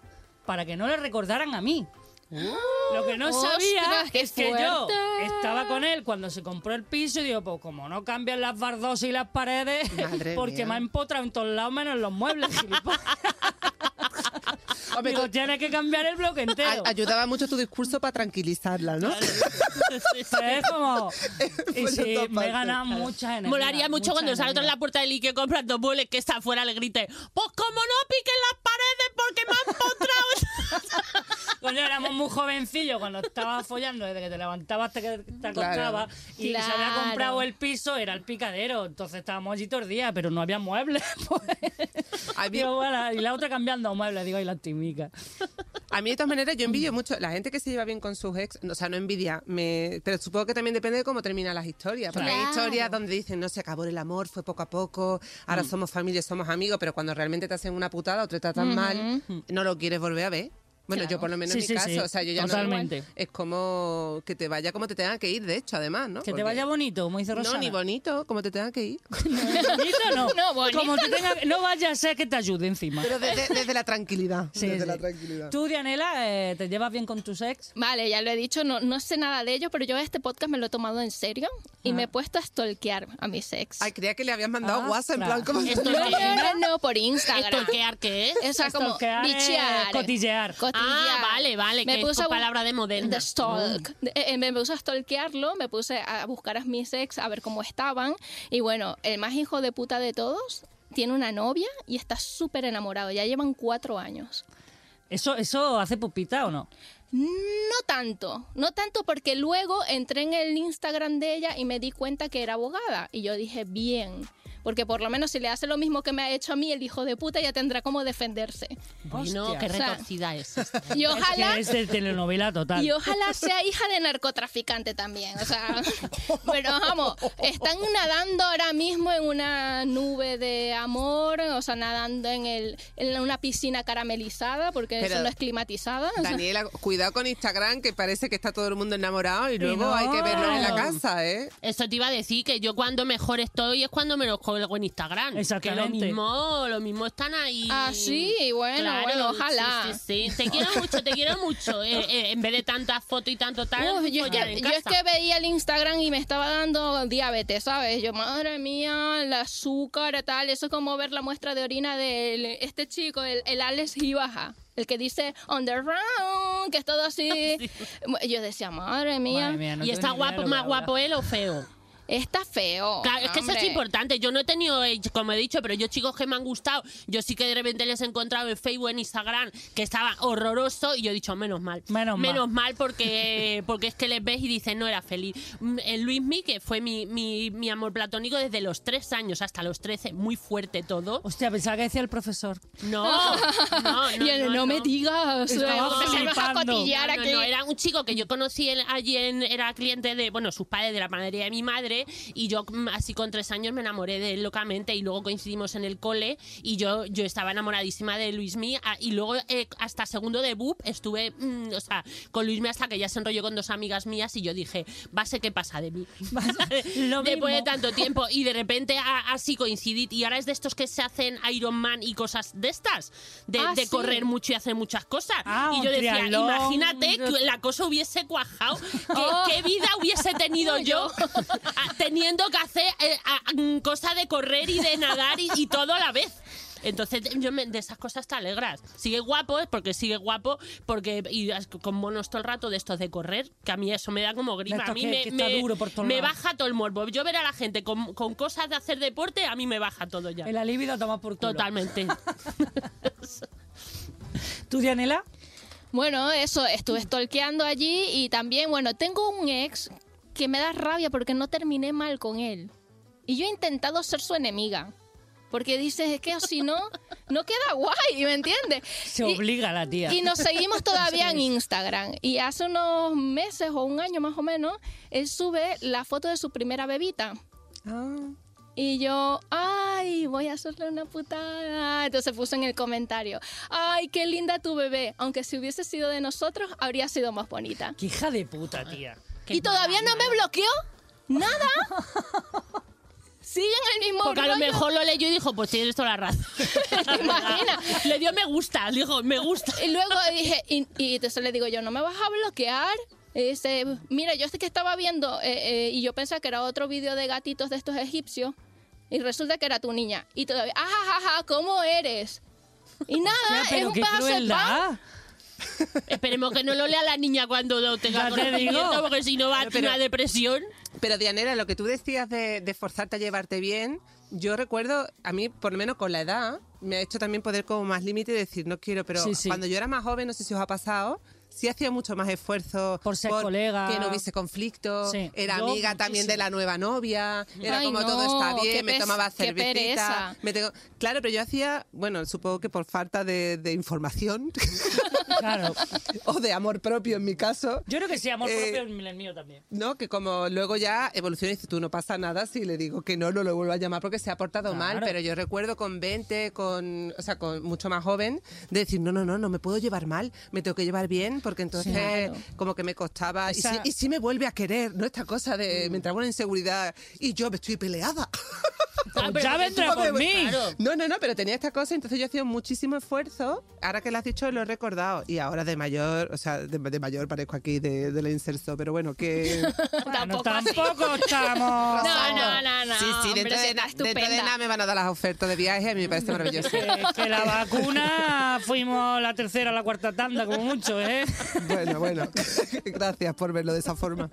Speaker 3: para que no le recordaran a mí. Lo que no
Speaker 5: ¡Ah! Ostras,
Speaker 3: sabía
Speaker 5: qué
Speaker 3: es que yo
Speaker 5: fuerte.
Speaker 3: estaba con él cuando se compró el piso y digo, pues como no cambian las bardosas y las paredes,
Speaker 6: Madre
Speaker 3: porque
Speaker 6: mía.
Speaker 3: me ha empotrado en todos lados menos en los muebles, gilipollas.
Speaker 6: Hombre,
Speaker 3: Digo,
Speaker 6: tú-
Speaker 3: tienes que cambiar el bloque entero.
Speaker 6: a- ayudaba mucho tu discurso para tranquilizarla, ¿no?
Speaker 3: Pero es como. Y
Speaker 6: Por
Speaker 3: sí,
Speaker 6: todas
Speaker 3: me he
Speaker 6: partes.
Speaker 3: ganado muchas energías.
Speaker 4: Molaría mucho
Speaker 3: muchas
Speaker 4: cuando salga en la
Speaker 3: energías.
Speaker 4: puerta del Ikea comprando muebles que está afuera le grite Pues como no piquen las paredes porque me han postrado.
Speaker 3: Cuando éramos muy jovencillos, cuando estabas follando, desde que te levantabas hasta que te acostabas, y se había
Speaker 5: Claro.
Speaker 3: comprado el piso, era el picadero. Entonces estábamos allí todo el día, pero no había muebles. pues.
Speaker 6: A mí-
Speaker 3: Digo, bueno, y la otra cambiando muebles, digo, y las timicas.
Speaker 6: A mí, de todas maneras, yo envidio mucho. La gente que se lleva bien con sus ex, o sea, no envidia, me, pero supongo que también depende de cómo terminan las historias. Porque hay
Speaker 5: Claro.
Speaker 6: historias donde dicen, no, se acabó el amor, fue poco a poco, ahora
Speaker 3: Mm.
Speaker 6: somos familia, somos amigos, pero cuando realmente te hacen una putada o te tratan mal, no lo quieres volver a ver. Bueno, yo por lo menos
Speaker 3: Mm. Sí,
Speaker 6: en mi
Speaker 3: sí,
Speaker 6: caso,
Speaker 3: sí,
Speaker 6: o sea, yo ya no-
Speaker 3: totalmente.
Speaker 6: es como que te vaya como te tengan que ir, de hecho, además, ¿no?
Speaker 3: Que te
Speaker 6: Porque-
Speaker 3: vaya bonito, como dice Rosana.
Speaker 6: No, ni bonito, como te tengan que ir.
Speaker 3: bonito no.
Speaker 5: No, bonito
Speaker 3: Como te tenga- no vaya a ser que te ayude encima.
Speaker 6: Pero desde, desde la tranquilidad.
Speaker 3: Sí,
Speaker 6: desde
Speaker 3: sí.
Speaker 6: la tranquilidad.
Speaker 3: ¿Tú, Dianela, eh, te llevas bien con tus ex?
Speaker 5: Vale, ya lo he dicho, no, no sé nada de ello, pero yo este podcast me lo he tomado en serio y me he puesto a stalkear a mis ex.
Speaker 6: Ay, creía que le habías mandado
Speaker 3: Ah,
Speaker 6: WhatsApp en
Speaker 3: claro.
Speaker 6: plan como...
Speaker 5: no, no, no, no, por Instagram.
Speaker 4: ¿Estolquear qué es?
Speaker 5: O sea, como
Speaker 3: Stalkear es
Speaker 5: bichear.
Speaker 3: cotillear.
Speaker 5: Cotillear.
Speaker 4: Ah, vale, vale, que es tu
Speaker 5: a bu-
Speaker 4: palabra de moderna. Mm.
Speaker 5: de stalk. De- eh, me puse a stalkearlo, me puse a buscar a mis ex, a ver cómo estaban. Y bueno, el más hijo de puta de todos tiene una novia y está súper enamorado. Ya llevan cuatro años.
Speaker 3: ¿Eso, ¿Eso hace pupita o no?
Speaker 5: No tanto, no tanto porque luego entré en el Instagram de ella y me di cuenta que era abogada y yo dije, bien, porque por lo menos si le hace lo mismo que me ha hecho a mí el hijo de puta ya tendrá cómo defenderse.
Speaker 4: Bueno, qué
Speaker 5: O sea,
Speaker 4: retorcida es. esta.
Speaker 5: Y
Speaker 3: Es que
Speaker 5: ojalá,
Speaker 3: Es de telenovela total.
Speaker 5: y ojalá sea hija de narcotraficante también, o sea, pero vamos, están nadando ahora mismo en una nube de amor, o sea, nadando en, el, en una piscina caramelizada porque
Speaker 6: Pero-
Speaker 5: eso no es climatizada. o sea.
Speaker 6: Daniela, cuidado con Instagram, que parece que está todo el mundo enamorado y luego
Speaker 3: no.
Speaker 6: hay que verlo en la casa, ¿eh?
Speaker 4: Esto te iba a decir que yo cuando mejor estoy es cuando me los colgo en Instagram.
Speaker 3: Exactamente.
Speaker 4: Que lo mismo, lo mismo están ahí.
Speaker 5: Ah, sí, bueno, bueno, ojalá.
Speaker 4: Sí, sí, sí. Te quiero mucho, te quiero mucho. Eh, eh, en vez de tantas fotos y tanto tal,
Speaker 5: Uf, yo, es
Speaker 4: follar
Speaker 5: que,
Speaker 4: en
Speaker 5: yo es
Speaker 4: casa.
Speaker 5: que veía el Instagram y me estaba dando diabetes, ¿sabes? Yo, madre mía, el azúcar, tal. Eso es como ver la muestra de orina de este chico, el, el Alex Ibaja, el que dice on the round, que es todo así. Yo decía, madre mía.
Speaker 3: Madre mía, no
Speaker 4: ¿Y
Speaker 3: tengo
Speaker 4: está
Speaker 3: ni idea de
Speaker 4: guapo,
Speaker 3: lo que
Speaker 4: más
Speaker 3: habla.
Speaker 4: guapo él o feo?
Speaker 5: Está feo.
Speaker 4: Claro, es que eso es
Speaker 5: hombre.
Speaker 4: importante. Yo no he tenido, eh, como he dicho, pero yo chicos que me han gustado, yo sí que de repente les he encontrado en Facebook, en Instagram, que estaba horroroso y yo he dicho, menos mal.
Speaker 3: Menos mal.
Speaker 4: mal porque, porque es que les ves y dices, no era feliz. Mm, El Luis Mi, que fue mi, mi, mi amor platónico desde los tres años hasta los 13, muy fuerte todo.
Speaker 3: Hostia, pensaba que decía el profesor.
Speaker 4: No, no, no.
Speaker 5: Y el, no, me digas.
Speaker 3: Estaba
Speaker 5: luego se vas a
Speaker 3: flipando.
Speaker 5: cotillar
Speaker 4: No, no,
Speaker 5: aquí.
Speaker 4: no, era un chico que yo conocí en- allí en- era cliente de, bueno, sus padres de la panadería de mi madre y yo mm, así con tres años me enamoré de él locamente y luego coincidimos en el cole y yo, yo estaba enamoradísima de Luismi a- y luego eh, hasta segundo de BUP estuve, mm, o sea, con Luismi hasta que ya se enrolló con dos amigas mías y yo dije, va a ser que pasa de mí.
Speaker 3: Lo
Speaker 4: Después de
Speaker 3: mismo.
Speaker 4: tanto tiempo y de repente a- así coincidí y ahora es de estos que se hacen Iron Man y cosas de estas, de,
Speaker 5: Ah,
Speaker 4: de
Speaker 5: sí.
Speaker 4: correr mucho y hacer muchas cosas.
Speaker 3: Ah,
Speaker 4: y
Speaker 3: un
Speaker 4: yo decía,
Speaker 3: triatlón.
Speaker 4: imagínate que la cosa hubiese cuajado, que-
Speaker 3: Oh.
Speaker 4: qué vida hubiese tenido yo a- teniendo que hacer eh, a- mm, cosa de correr y de nadar y, y todo a la vez. Entonces yo me- de esas cosas te alegras. Sigue guapo, eh, porque sigue guapo, porque y as- con monos todo el rato de estos de correr, que a mí eso me da como grima. A
Speaker 3: estos
Speaker 4: mí
Speaker 3: que-
Speaker 4: me,
Speaker 3: que está
Speaker 4: me-
Speaker 3: duro por todos
Speaker 4: me
Speaker 3: lados.
Speaker 4: baja todo el morbo. Yo ver a la gente con, con cosas de hacer deporte, a mí me baja todo ya.
Speaker 3: El alivio toma por culo.
Speaker 4: Totalmente.
Speaker 3: ¿Tú, Dianela?
Speaker 5: Bueno, eso, estuve stalkeando allí y también, bueno, tengo un ex que me da rabia porque no terminé mal con él. Y yo he intentado ser su enemiga. Porque dices, es que si no, no queda guay, ¿me entiendes?
Speaker 3: Se
Speaker 5: Y-
Speaker 3: obliga la tía.
Speaker 5: Y nos seguimos todavía en Instagram. Y hace unos meses o un año más o menos, él sube la foto de su primera bebita.
Speaker 6: Ah.
Speaker 5: Y yo, ay, voy a hacerle una putada. Entonces puso en el comentario, ay, qué linda tu bebé. Aunque si hubiese sido de nosotros, habría sido más bonita.
Speaker 3: Qué hija de puta, tía.
Speaker 5: Y todavía no me bloqueó. Nada. Siguen el mismo
Speaker 4: Porque a lo
Speaker 5: rollo.
Speaker 4: mejor lo leyó y dijo, pues tienes toda la razón.
Speaker 5: ¿Te imaginas?
Speaker 4: Le dio me gusta, le dijo, me gusta.
Speaker 5: Y luego dije, y, y entonces le digo yo, ¿no me vas a bloquear? Y dice, mira, yo sé que estaba viendo eh, eh, y yo pensaba que era otro vídeo de gatitos de estos egipcios y resulta que era tu niña. Y todavía, "Ah, ajajaja, ¿cómo eres? Y nada,
Speaker 3: Tía,
Speaker 5: Ah, es
Speaker 3: pero
Speaker 5: un
Speaker 3: qué
Speaker 5: pedazo de pan.
Speaker 3: crueldad.
Speaker 4: Esperemos que no lo lea la niña cuando lo tenga
Speaker 3: Ya te
Speaker 4: conocimiento,
Speaker 3: digo.
Speaker 4: porque si no va a tener
Speaker 6: Pero-
Speaker 4: una depresión.
Speaker 6: Pero Dianera, lo que tú decías de, de forzarte a llevarte bien, yo recuerdo, a mí por lo menos con la edad, me ha hecho también poder como más límite y decir, no quiero, pero
Speaker 3: Sí, sí.
Speaker 6: cuando yo era más joven, no sé si os ha pasado. Sí hacía mucho más esfuerzo
Speaker 3: Por ser colega.
Speaker 6: que no hubiese conflicto,
Speaker 3: Sí.
Speaker 6: era
Speaker 3: Yo
Speaker 6: amiga también
Speaker 3: muchísimo.
Speaker 6: de la nueva novia, era
Speaker 5: Ay,
Speaker 6: como
Speaker 5: no,
Speaker 6: todo está
Speaker 5: qué
Speaker 6: bien, me
Speaker 5: pes-
Speaker 6: tomaba
Speaker 5: qué pereza.
Speaker 6: cervecita, me tengo... Claro, pero yo hacía, bueno, supongo que por falta de, de información
Speaker 3: Claro.
Speaker 6: o de amor propio en mi caso,
Speaker 3: Yo creo que sí, amor
Speaker 6: Eh,
Speaker 3: propio en el mío también.
Speaker 6: no, que como luego ya evoluciona y dice, tú no pasa nada si le digo que no, no lo vuelvo a llamar porque se ha portado mal,
Speaker 3: Claro.
Speaker 6: pero yo recuerdo con 20, con, o sea, con mucho más joven, de decir, no, no, no, no me puedo llevar mal, me tengo que llevar bien porque entonces
Speaker 5: Claro.
Speaker 6: como que me costaba, y,
Speaker 3: Esa-
Speaker 6: si, y si me vuelve a querer, ¿no? Esta cosa de, me entraba una inseguridad y yo me estoy peleada.
Speaker 4: Ah, pero
Speaker 3: ya
Speaker 4: que
Speaker 3: vendrá
Speaker 4: tú-
Speaker 3: por mí.
Speaker 4: Claro.
Speaker 6: No, no, no, pero tenía esta cosa, entonces yo hacía muchísimo esfuerzo. Ahora que lo has dicho, lo he recordado. Y ahora de mayor, o sea, de, de mayor parezco aquí de, del inserto, pero bueno, que.
Speaker 3: Bueno,
Speaker 5: Tampoco así.
Speaker 3: tampoco estamos.
Speaker 5: No, no, no, no.
Speaker 6: Sí, sí,
Speaker 5: hombre,
Speaker 6: dentro,
Speaker 5: si
Speaker 6: de,
Speaker 5: está
Speaker 6: dentro de
Speaker 5: estupenda.
Speaker 6: nada me van a dar las ofertas de viaje, a mí me parece maravilloso.
Speaker 3: Que, que la vacuna fuimos la tercera, la cuarta tanda, como mucho, ¿eh?
Speaker 6: bueno, bueno, gracias por verlo de esa forma.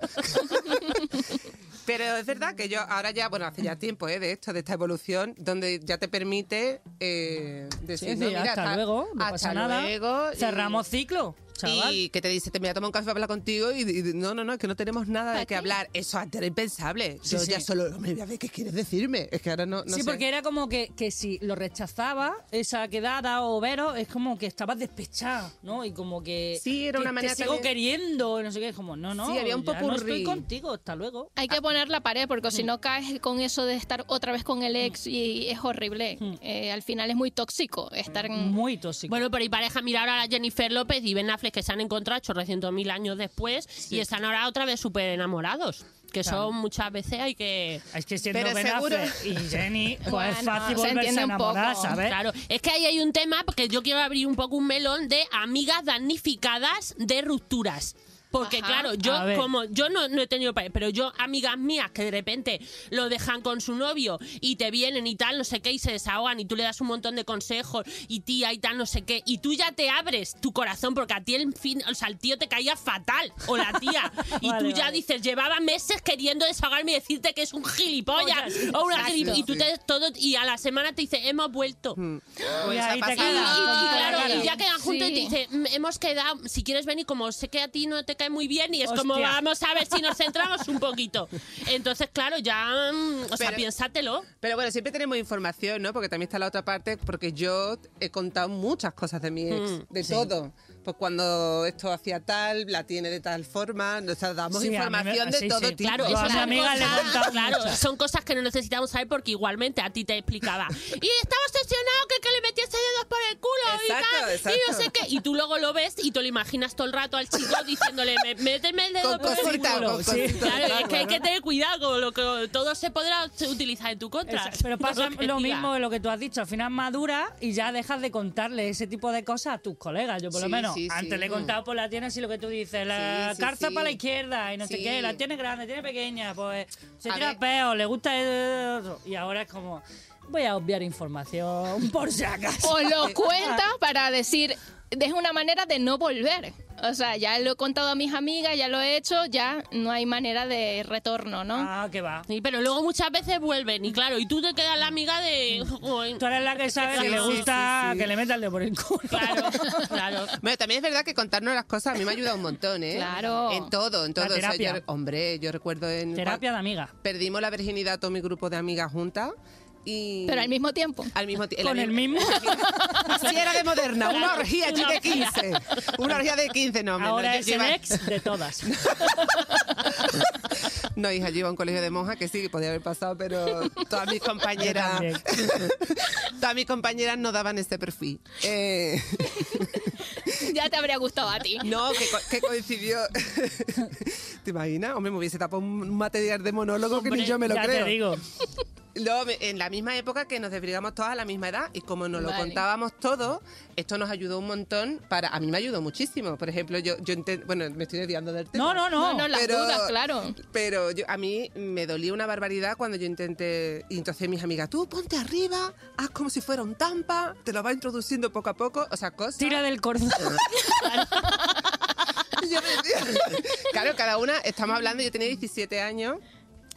Speaker 6: Pero es verdad que yo ahora ya, bueno, hace ya tiempo ¿eh? de esto, de esta evolución, donde ya te permite eh, decir,
Speaker 3: Sí, sí,
Speaker 6: no, mira,
Speaker 3: hasta, luego, no
Speaker 6: hasta
Speaker 3: pasa nada.
Speaker 6: luego, y-
Speaker 3: Cerramos ciclo, chaval.
Speaker 6: Y que te dice, te voy a tomar un café para hablar contigo y, y- no, no, no, es que no tenemos nada
Speaker 5: ¿Para
Speaker 6: de
Speaker 5: qué?
Speaker 6: qué hablar. Eso antes era impensable.
Speaker 3: Sí,
Speaker 6: Yo
Speaker 3: sí.
Speaker 6: ya solo, me voy a ver qué quieres decirme. Es que ahora no, no
Speaker 3: sí,
Speaker 6: sé.
Speaker 3: porque era como que, que si lo rechazaba, esa quedada o veros, es como que estabas despechado, ¿no? Y como que.
Speaker 6: Sí, era
Speaker 3: que
Speaker 6: una
Speaker 3: te
Speaker 6: manera
Speaker 3: sigo
Speaker 6: también-
Speaker 3: queriendo, y no sé qué. Es como, no, no.
Speaker 6: Sí, había un
Speaker 3: ya No estoy
Speaker 6: popurrí.
Speaker 3: contigo, hasta luego.
Speaker 5: Hay que poner la pared porque
Speaker 3: Mm.
Speaker 5: si no caes con eso de estar otra vez con el ex y es horrible.
Speaker 3: Mm.
Speaker 5: Eh, al final es muy tóxico estar
Speaker 6: Mm.
Speaker 5: en...
Speaker 3: Muy tóxico.
Speaker 4: Bueno, pero y pareja, mira ahora a Jennifer López y Ben Affleck que se han encontrado 800.000 mil años después y están ahora otra vez súper enamorados. Que
Speaker 3: Claro.
Speaker 4: son muchas veces hay que...
Speaker 3: es que siendo
Speaker 6: pero
Speaker 3: Ben
Speaker 6: seguro-
Speaker 3: Affleck y Jenny, pues es
Speaker 5: Bueno,
Speaker 3: fácil
Speaker 5: se
Speaker 3: volverse
Speaker 5: entiende
Speaker 3: a
Speaker 5: un poco.
Speaker 3: enamorar, ¿sabes?
Speaker 4: Claro, es que ahí hay un tema porque yo quiero abrir un poco un melón de amigas damnificadas de rupturas. Porque
Speaker 5: Ajá.
Speaker 4: claro,
Speaker 3: A
Speaker 4: yo
Speaker 3: ver.
Speaker 4: como yo no, no he tenido pareja, pero yo amigas mías que de repente lo dejan con su novio y te vienen y tal, no sé qué, y se desahogan y tú le das un montón de consejos y tía y tal, no sé qué, y tú ya te abres tu corazón porque a ti el fin, o sea, el tío te caía fatal o la tía y
Speaker 3: Vale,
Speaker 4: tú ya
Speaker 3: vale.
Speaker 4: dices, llevaba meses queriendo desahogarme y decirte que es un gilipollas
Speaker 3: Pollas,
Speaker 4: o una
Speaker 3: exacto. Hmm.
Speaker 4: gilip- y tú
Speaker 6: Sí.
Speaker 4: te todo y a la semana te dice, "Hemos vuelto."
Speaker 3: Y
Speaker 6: esa
Speaker 3: ahí te
Speaker 6: pasada.
Speaker 3: quedas
Speaker 4: Y,
Speaker 3: con
Speaker 4: y
Speaker 3: toda la
Speaker 4: claro,
Speaker 3: cara.
Speaker 4: y ya quedan juntos y te
Speaker 5: Sí.
Speaker 4: dice, "Mm, hemos quedado, si quieres venir, como sé que a ti no te cae muy bien, y es como,
Speaker 3: Hostia.
Speaker 4: vamos a ver si nos centramos un poquito. Entonces, claro, ya, mm, o sea,
Speaker 6: Pero-
Speaker 4: piénsatelo.
Speaker 6: Pero bueno, siempre tenemos información, ¿no? Porque también está la otra parte, porque yo he contado muchas cosas de mi ex,
Speaker 4: Mm,
Speaker 6: de todo. Pues cuando esto hacía tal, la tiene de tal forma, nos damos
Speaker 3: Sí, a mí me-
Speaker 6: información de
Speaker 3: sí,
Speaker 6: todo
Speaker 3: sí.
Speaker 6: tipo.
Speaker 4: Claro,
Speaker 3: Yo a
Speaker 4: son
Speaker 3: mi amiga le he
Speaker 4: cosas-
Speaker 3: contado
Speaker 4: claro,
Speaker 3: muchas.
Speaker 4: son cosas que no necesitamos saber porque igualmente a ti te explicaba. Y estaba obsesionado que, que le metiese dedos por el culo
Speaker 6: Exacto,
Speaker 4: y tal. Y no
Speaker 6: exacto.
Speaker 4: sé qué. Y tú luego lo ves y te lo imaginas todo el rato al chico diciéndole, "Me- méteme el dedo
Speaker 6: Con
Speaker 4: por el
Speaker 6: cositas,
Speaker 4: culo.
Speaker 6: con
Speaker 4: Sí,
Speaker 6: cositas,
Speaker 4: claro, es
Speaker 6: claro,
Speaker 4: que hay
Speaker 6: ¿no?
Speaker 4: que tener cuidado con lo que todo se podrá utilizar en tu contra.
Speaker 3: Exacto, Pero pasa
Speaker 4: que
Speaker 3: lo
Speaker 4: diga.
Speaker 3: mismo de lo que tú has dicho. Al final madura y ya dejas de contarle ese tipo de cosas a tus colegas. Yo, por lo
Speaker 6: Sí,
Speaker 3: menos,
Speaker 6: sí, sí.
Speaker 3: antes le he contado por la tienes y lo que tú dices. La
Speaker 6: Sí, sí,
Speaker 3: carza
Speaker 6: sí.
Speaker 3: para la izquierda y no sé
Speaker 6: Sí.
Speaker 3: qué. La tiene grande, tiene pequeña. Pues se
Speaker 6: A
Speaker 3: tira
Speaker 6: ver.
Speaker 3: peo, le gusta. el- Y ahora es como. Voy a obviar información por si acaso.
Speaker 5: O lo cuentas para decir, es una manera de no volver. O sea, ya lo he contado a mis amigas, ya lo he hecho, ya no hay manera de retorno,
Speaker 6: Oh.
Speaker 5: ¿no?
Speaker 3: Ah, que va.
Speaker 4: Sí, pero luego muchas veces vuelven y claro, y tú te quedas la amiga de... "Uy,
Speaker 3: Tú eres la que sabe
Speaker 4: Sí,
Speaker 3: que le
Speaker 4: sí,
Speaker 3: gusta
Speaker 6: sí, sí.
Speaker 3: que le metan el dedo por el culo.
Speaker 4: Claro, claro.
Speaker 6: Bueno, también es verdad que contarnos las cosas a mí me ha ayudado un montón, ¿eh?
Speaker 5: Claro.
Speaker 6: En todo, en
Speaker 3: La
Speaker 6: todo. O sea,
Speaker 3: terapia.
Speaker 6: yo- hombre, yo recuerdo en...
Speaker 3: Terapia de amiga.
Speaker 6: Perdimos la virginidad todo mi grupo de amigas juntas y...
Speaker 5: Pero al mismo tiempo.
Speaker 6: Al mismo tiempo.
Speaker 3: Con el mismo.
Speaker 6: Así era de moderna, una orgía
Speaker 4: Una
Speaker 6: chica de 15. Una orgía de 15, no, hombre, no,
Speaker 3: Ahora
Speaker 6: yo
Speaker 3: es el
Speaker 6: lleva-
Speaker 3: ex de todas.
Speaker 6: No, hija, yo iba a un colegio de monjas que sí, que podía haber pasado, pero todas mis
Speaker 3: Yo
Speaker 6: compañeras.
Speaker 3: también.
Speaker 6: todas mis compañeras no daban este perfil. Eh,
Speaker 5: Ya te habría gustado a ti.
Speaker 6: no, que, co- que coincidió. ¿Te imaginas? Hombre, me hubiese tapado un material de monólogo que
Speaker 4: Hombre,
Speaker 6: ni yo me lo
Speaker 3: ya
Speaker 6: creo.
Speaker 3: te digo.
Speaker 6: Luego, me- en la misma época que nos desbrigamos todas a la misma edad y como nos lo
Speaker 5: Vale.
Speaker 6: contábamos todo, esto nos ayudó un montón para... A mí me ayudó muchísimo. Por ejemplo, yo, yo enten- Bueno, me estoy desviando del tema.
Speaker 3: No, no, no.
Speaker 5: No, no, las
Speaker 6: Pero-
Speaker 5: dudas, claro.
Speaker 6: Pero yo, a mí me dolía una barbaridad cuando yo intenté. Y entonces mis amigas, tú ponte arriba, haz como si fuera un tampa, te lo va introduciendo poco a poco, o sea, cosas.
Speaker 3: Tira del cordón.
Speaker 6: Y yo me decía- claro, cada una, estamos hablando, yo tenía 17 años.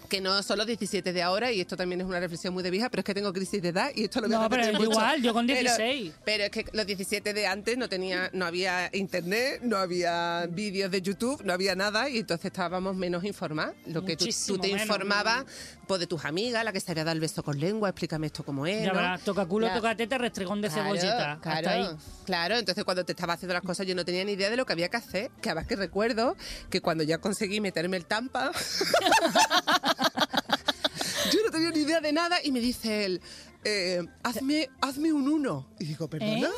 Speaker 6: Que no son los 17 de ahora, y esto también es una reflexión muy de vieja, pero es que tengo crisis de edad y esto lo voy a
Speaker 3: No, pero
Speaker 6: repetir
Speaker 3: yo
Speaker 6: mucho.
Speaker 3: igual, yo con
Speaker 6: Pero-
Speaker 3: 16.
Speaker 6: Pero, es que los 17 de antes no tenía, no había internet, no había vídeos de YouTube, no había nada, y entonces estábamos menos informados. Lo que tú,
Speaker 3: Muchísimo
Speaker 6: tú te
Speaker 3: menos.
Speaker 6: informabas pues, de tus amigas, la que se había dado el beso con lengua, explícame esto cómo es.
Speaker 3: Ya
Speaker 6: ¿no?
Speaker 3: verás, toca culo,
Speaker 6: Ya.
Speaker 3: toca teta, restregón de cebollita.
Speaker 6: Claro,
Speaker 3: Hasta ahí.
Speaker 6: claro. entonces cuando te estaba haciendo las cosas yo no tenía ni idea de lo que había que hacer. Que además que recuerdo que cuando ya conseguí meterme el tampa, yo no tenía ni idea de nada y me dice él, eh, hazme, hazme un uno. Y digo, perdona.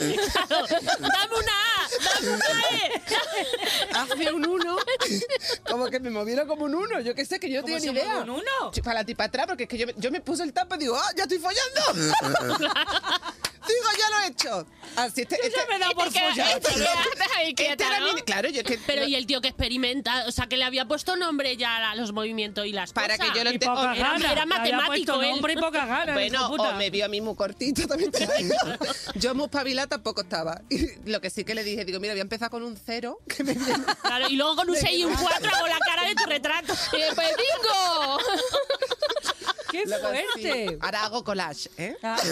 Speaker 3: ¿Eh?
Speaker 4: ¡Dame una A! ¡Dame una
Speaker 6: eh.
Speaker 4: E!
Speaker 6: hazme un uno. como que me moviera como un uno. Yo qué sé, que yo no
Speaker 3: ¿Cómo
Speaker 6: tenía ni
Speaker 3: se mueve
Speaker 6: idea.
Speaker 3: un uno?
Speaker 6: Ch- Para adelante y para atrás, porque es que yo, me- yo me puse el tapa y digo, ¡ah, ya estoy follando! digo, ya lo he hecho. Así este, este-
Speaker 3: Ya me da por
Speaker 5: Te queda-
Speaker 3: follar.
Speaker 5: te quedas ahí
Speaker 6: este
Speaker 5: quieta,
Speaker 6: era
Speaker 5: ¿no?
Speaker 6: mi- Claro, yo es que.
Speaker 4: Pero y el tío que experimenta, o sea, que le había puesto nombre ya a los movimientos y las
Speaker 6: Para
Speaker 4: cosas.
Speaker 6: que yo lo
Speaker 3: Y
Speaker 6: te-
Speaker 3: poca
Speaker 6: oh, era-
Speaker 3: gana. Le
Speaker 4: era
Speaker 3: había
Speaker 4: matemático
Speaker 3: puesto
Speaker 4: él.
Speaker 3: nombre y poca gana.
Speaker 6: Bueno,
Speaker 3: hijo puta.
Speaker 6: o me vio a mí muy cortito también. te digo. Yo muy espabilada tampoco estaba. Y lo que sí que le dije, digo, mira, voy a empezar con un cero. Que me viene.
Speaker 4: Claro, y luego con un 6 y un 4 hago la cara de tu retrato.
Speaker 5: Y después, bingo.
Speaker 3: ¡Qué
Speaker 6: Lo conseguí.
Speaker 3: fuerte!
Speaker 6: Ahora hago collage, ¿eh?
Speaker 3: Ah,
Speaker 5: Así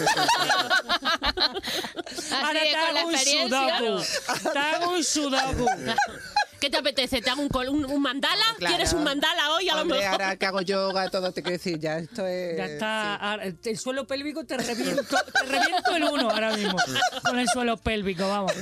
Speaker 5: que con la
Speaker 3: hago un
Speaker 5: experiencia.
Speaker 3: sudoku. Te hago un sudoku.
Speaker 4: ¿Qué te apetece? ¿Te hago un, col- un, un mandala?
Speaker 6: Claro.
Speaker 4: ¿Quieres un mandala hoy? A lo
Speaker 6: Hombre,
Speaker 4: mejor.
Speaker 6: ahora que hago yoga, todo te quiero decir, ya esto es.
Speaker 3: Ya está. ahora, El suelo pélvico te reviento. Te reviento el uno ahora mismo. Con el suelo pélvico, vamos.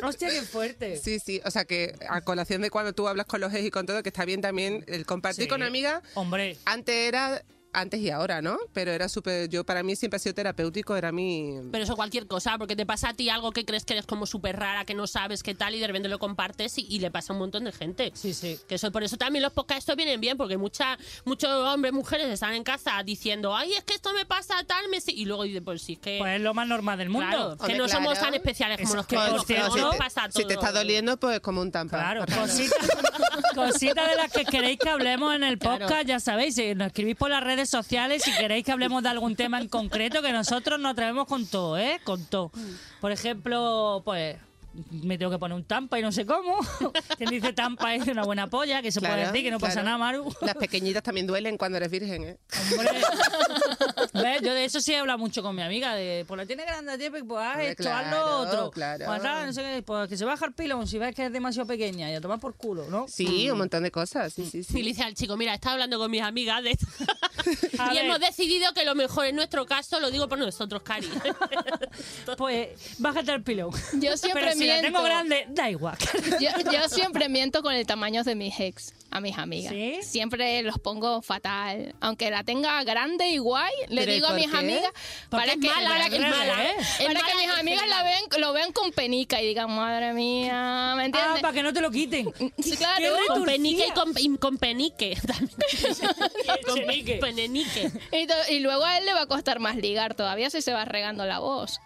Speaker 3: Hostia, qué fuerte.
Speaker 6: Sí, sí, o sea que a colación de cuando tú hablas con los ex y con todo, que está bien también el compartir
Speaker 3: Sí.
Speaker 6: con amigas.
Speaker 3: Hombre.
Speaker 6: Antes era antes y ahora, ¿no? Pero era súper, yo para mí siempre ha sido terapéutico, era mi...
Speaker 4: Pero eso cualquier cosa, porque te pasa a ti algo que crees que eres como súper rara, que no sabes qué tal, y de repente lo compartes y, y le pasa a un montón de gente.
Speaker 3: Sí, sí.
Speaker 4: Que eso, por eso también los podcasts vienen bien, porque mucha, muchos hombres, mujeres están en casa diciendo, ay, es que esto me pasa tal, me... si-". y luego dicen, pues sí, es que...
Speaker 3: Pues es lo más normal del mundo.
Speaker 4: Claro, que
Speaker 5: Hombre,
Speaker 4: no somos
Speaker 5: claro.
Speaker 4: tan especiales como los que
Speaker 3: por
Speaker 4: nos
Speaker 3: cierto,
Speaker 4: no
Speaker 6: si, te,
Speaker 4: pasa
Speaker 6: si te
Speaker 4: todo.
Speaker 6: está doliendo, pues como un tampón.
Speaker 3: Claro, cositas cosita de las que queréis que hablemos en el podcast, ya sabéis, si nos escribís por las redes sociales, si queréis que hablemos de algún tema en concreto, que nosotros nos atrevemos con todo, ¿eh? Con todo. Por ejemplo, pues me tengo que poner un tampa y no sé cómo. Quien dice tampa es una buena polla, que se puede
Speaker 6: Claro,
Speaker 3: decir, que no pasa
Speaker 6: claro.
Speaker 3: nada, Maru.
Speaker 6: Las pequeñitas también duelen cuando eres virgen, ¿eh?
Speaker 3: Hombre. ¿Ves? Yo de eso sí he hablado mucho con mi amiga, de pues la tiene grande, tío, pues haz
Speaker 6: Hombre,
Speaker 3: esto, haz lo
Speaker 6: claro,
Speaker 3: otro.
Speaker 6: claro.
Speaker 3: Pues, nada, no sé qué, pues que se baja el pilón si ves que es demasiado pequeña y a tomar por culo, ¿no?
Speaker 6: Sí, un montón de cosas, sí, sí, sí.
Speaker 4: Y le dice al chico, mira, estaba hablando con mis amigas de-
Speaker 3: A
Speaker 4: y
Speaker 3: ver.
Speaker 4: hemos decidido que lo mejor en nuestro caso, lo digo por nosotros, Cari.
Speaker 3: Pues bájate el pilón.
Speaker 5: Yo siempre
Speaker 3: Pero si la
Speaker 5: miento.
Speaker 3: tengo grande, da igual. Ah,
Speaker 5: Yo, yo siempre miento con el tamaño de mis ex a mis amigas.
Speaker 3: ¿Sí?
Speaker 5: Siempre los pongo fatal. Aunque la tenga grande y guay, le
Speaker 6: ¿Pero y
Speaker 5: digo a
Speaker 6: por
Speaker 5: mis
Speaker 6: qué?
Speaker 5: amigas
Speaker 3: Porque
Speaker 5: para
Speaker 3: es
Speaker 5: que,
Speaker 3: mala,
Speaker 5: para
Speaker 3: es
Speaker 5: que-
Speaker 3: mala,
Speaker 5: para
Speaker 3: ¿eh?
Speaker 5: que
Speaker 4: Es mala
Speaker 5: mis
Speaker 4: en
Speaker 5: amigas la
Speaker 4: general.
Speaker 5: ven, lo vean con penica y digan, madre mía, ¿me
Speaker 3: Ah,
Speaker 5: entiendes? Mm,
Speaker 3: para que no te lo quiten.
Speaker 5: Sí, claro.
Speaker 3: Qué
Speaker 4: con
Speaker 3: retorcida.
Speaker 4: penique y con, y con penique. también. con
Speaker 3: Chenique.
Speaker 4: penenique.
Speaker 5: Y, to- y luego a él le va a costar más ligar todavía si se va regando la voz.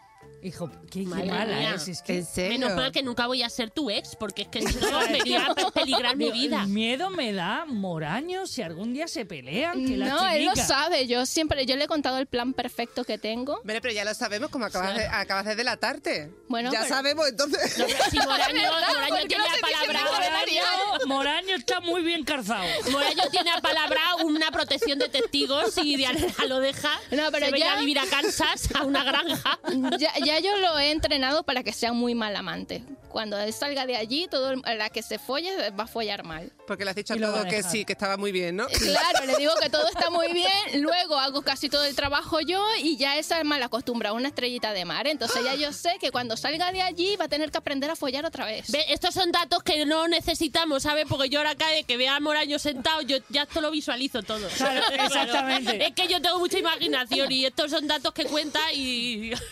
Speaker 3: Hijo, qué, qué
Speaker 4: Madre
Speaker 3: mala
Speaker 4: mía.
Speaker 3: ¿eh? Si es. que-
Speaker 6: ¿En serio?
Speaker 4: Menos mal que nunca voy a ser tu ex, porque es que si no sería peligrar mi vida.
Speaker 3: El miedo me da moraños si algún día se pelean. Que la
Speaker 5: No, él lo
Speaker 3: chinica-
Speaker 5: sabe. Yo siempre, yo le he contado el plan perfecto que tengo.
Speaker 6: Bueno, pero ya lo sabemos, como acabas, de, acabas de delatarte.
Speaker 5: Bueno,
Speaker 6: ya
Speaker 3: pues
Speaker 5: pero-
Speaker 6: sabemos, entonces.
Speaker 4: No, pero si Moraño, Moraño
Speaker 5: porque
Speaker 4: tiene
Speaker 5: no se dice nada de nadie.
Speaker 4: apalabrado.
Speaker 3: Moraño, Moraño está muy bien calzado.
Speaker 4: Moraño tiene apalabrado una protección de testigos y Dianela lo deja.
Speaker 5: No, pero
Speaker 4: se va a ir
Speaker 5: ya-
Speaker 4: a vivir a Kansas, a una granja.
Speaker 5: Ya, ya yo lo he entrenado para que sea muy mal amante. Cuando él salga de allí, todo el- la que se folle va a follar mal.
Speaker 6: Porque le has dicho a
Speaker 3: Y lo va a
Speaker 6: todo que
Speaker 3: dejar.
Speaker 6: sí, que estaba muy bien, ¿no?
Speaker 5: Claro, le digo que todo está muy bien, luego hago casi todo el trabajo yo y ya esa mal acostumbra una estrellita de mar. Entonces ya yo sé que cuando salga de allí va a tener que aprender a follar otra vez.
Speaker 4: Ve, Estos son datos que no necesitamos, ¿sabes? Porque yo ahora cada vez que vea a Moraño sentado, yo ya esto lo visualizo todo.
Speaker 3: Claro, exactamente.
Speaker 4: Es que yo tengo mucha imaginación y estos son datos que cuenta y...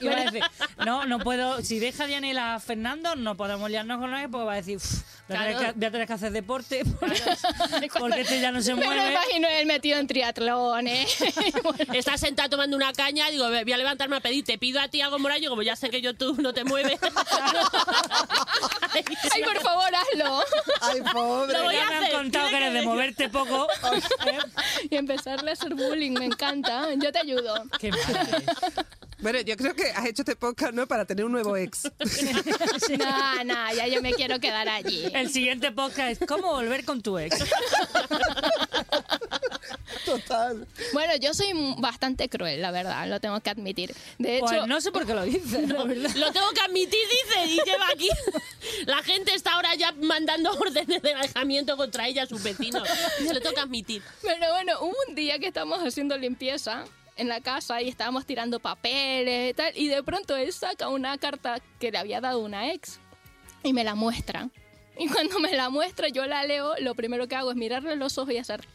Speaker 3: Iba a decir, no, no puedo. Si deja Dianela a Fernando, no podemos liarnos con él porque va a decir, "Uf, voy, a tener
Speaker 4: Claro.
Speaker 3: que, voy a tener que hacer deporte porque, porque este ya no se
Speaker 5: Me lo
Speaker 3: mueve.
Speaker 5: imagino él metido en triatlones.
Speaker 4: Estás sentado tomando una caña y digo, "Ve, voy a levantarme a pedir, te pido a ti algo, Moraño, como ya sé que yo tú no te mueves.
Speaker 5: Ay, por favor, hazlo.
Speaker 6: Ay, pobre.
Speaker 4: Lo voy a
Speaker 3: Ya me han
Speaker 4: hacer,
Speaker 3: contado que
Speaker 4: tiene
Speaker 3: eres
Speaker 4: que
Speaker 3: de
Speaker 4: ver.
Speaker 3: moverte poco. ¿eh?
Speaker 5: Y empezarle a hacer bullying, me encanta. Yo te ayudo.
Speaker 3: Qué mal.
Speaker 6: Bueno, yo creo que has hecho este podcast, ¿no? Para tener un nuevo ex.
Speaker 5: No, no, ya yo me quiero quedar allí.
Speaker 3: El siguiente podcast es ¿Cómo volver con tu ex?
Speaker 6: Total.
Speaker 5: Bueno, yo soy m- bastante cruel, la verdad, lo tengo que admitir. De hecho,
Speaker 3: Pues no sé por qué lo dices, la verdad.
Speaker 4: Lo tengo que admitir, dice, y lleva aquí. La gente está ahora ya mandando órdenes de alejamiento contra ella a sus vecinos. Se lo tengo que admitir.
Speaker 5: pero bueno, hubo un día que estábamos haciendo limpieza en la casa y estábamos tirando papeles y tal, y de pronto él saca una carta que le había dado una ex y me la muestra. Y cuando me la muestra, yo la leo, lo primero que hago es mirarle los ojos y hacer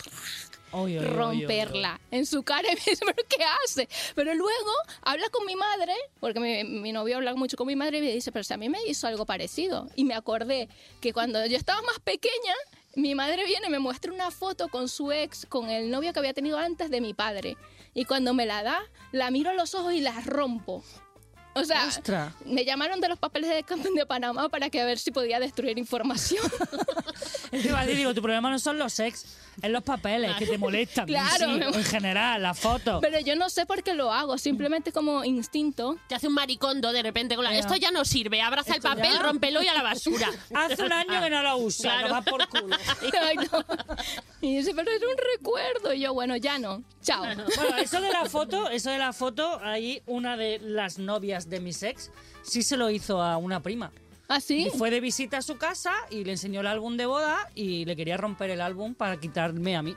Speaker 3: Oy, oy, oy, oy, oy.
Speaker 5: romperla en su cara y me dice, ¿pero qué hace? Pero luego habla con mi madre, porque mi, mi novio habla mucho con mi madre y me dice, pero si a mí me hizo algo parecido. Y me acordé que cuando yo estaba más pequeña, mi madre viene y me muestra una foto con su ex, con el novio que había tenido antes de mi padre. Y cuando me la da, la miro a los ojos y la rompo. O sea,
Speaker 3: Ostras.
Speaker 5: me llamaron de los papeles de, de Panamá para que a ver si podía destruir información.
Speaker 3: Encima te digo, tu problema no son los ex, es los papeles que te molestan.
Speaker 5: Claro,
Speaker 3: sí,
Speaker 5: me-
Speaker 3: en general, las fotos.
Speaker 5: Pero yo no sé por qué lo hago, simplemente como instinto.
Speaker 4: Te hace un maricondo de repente con la...
Speaker 3: Ya.
Speaker 4: Esto ya no sirve. Abraza el papel,
Speaker 3: ya-
Speaker 4: rómpelo y a la basura.
Speaker 3: Hace un año que no la usa,
Speaker 4: Claro.
Speaker 3: lo va por culo.
Speaker 5: Exacto. Y dice, pero era un recuerdo. Y yo, bueno, ya no. Chao.
Speaker 3: Bueno, eso de la foto, eso de la foto, ahí una de las novias de mis ex sí se lo hizo a una prima.
Speaker 5: Así.
Speaker 3: Y fue de visita a su casa y le enseñó el álbum de boda y le quería romper el álbum para quitarme a mí.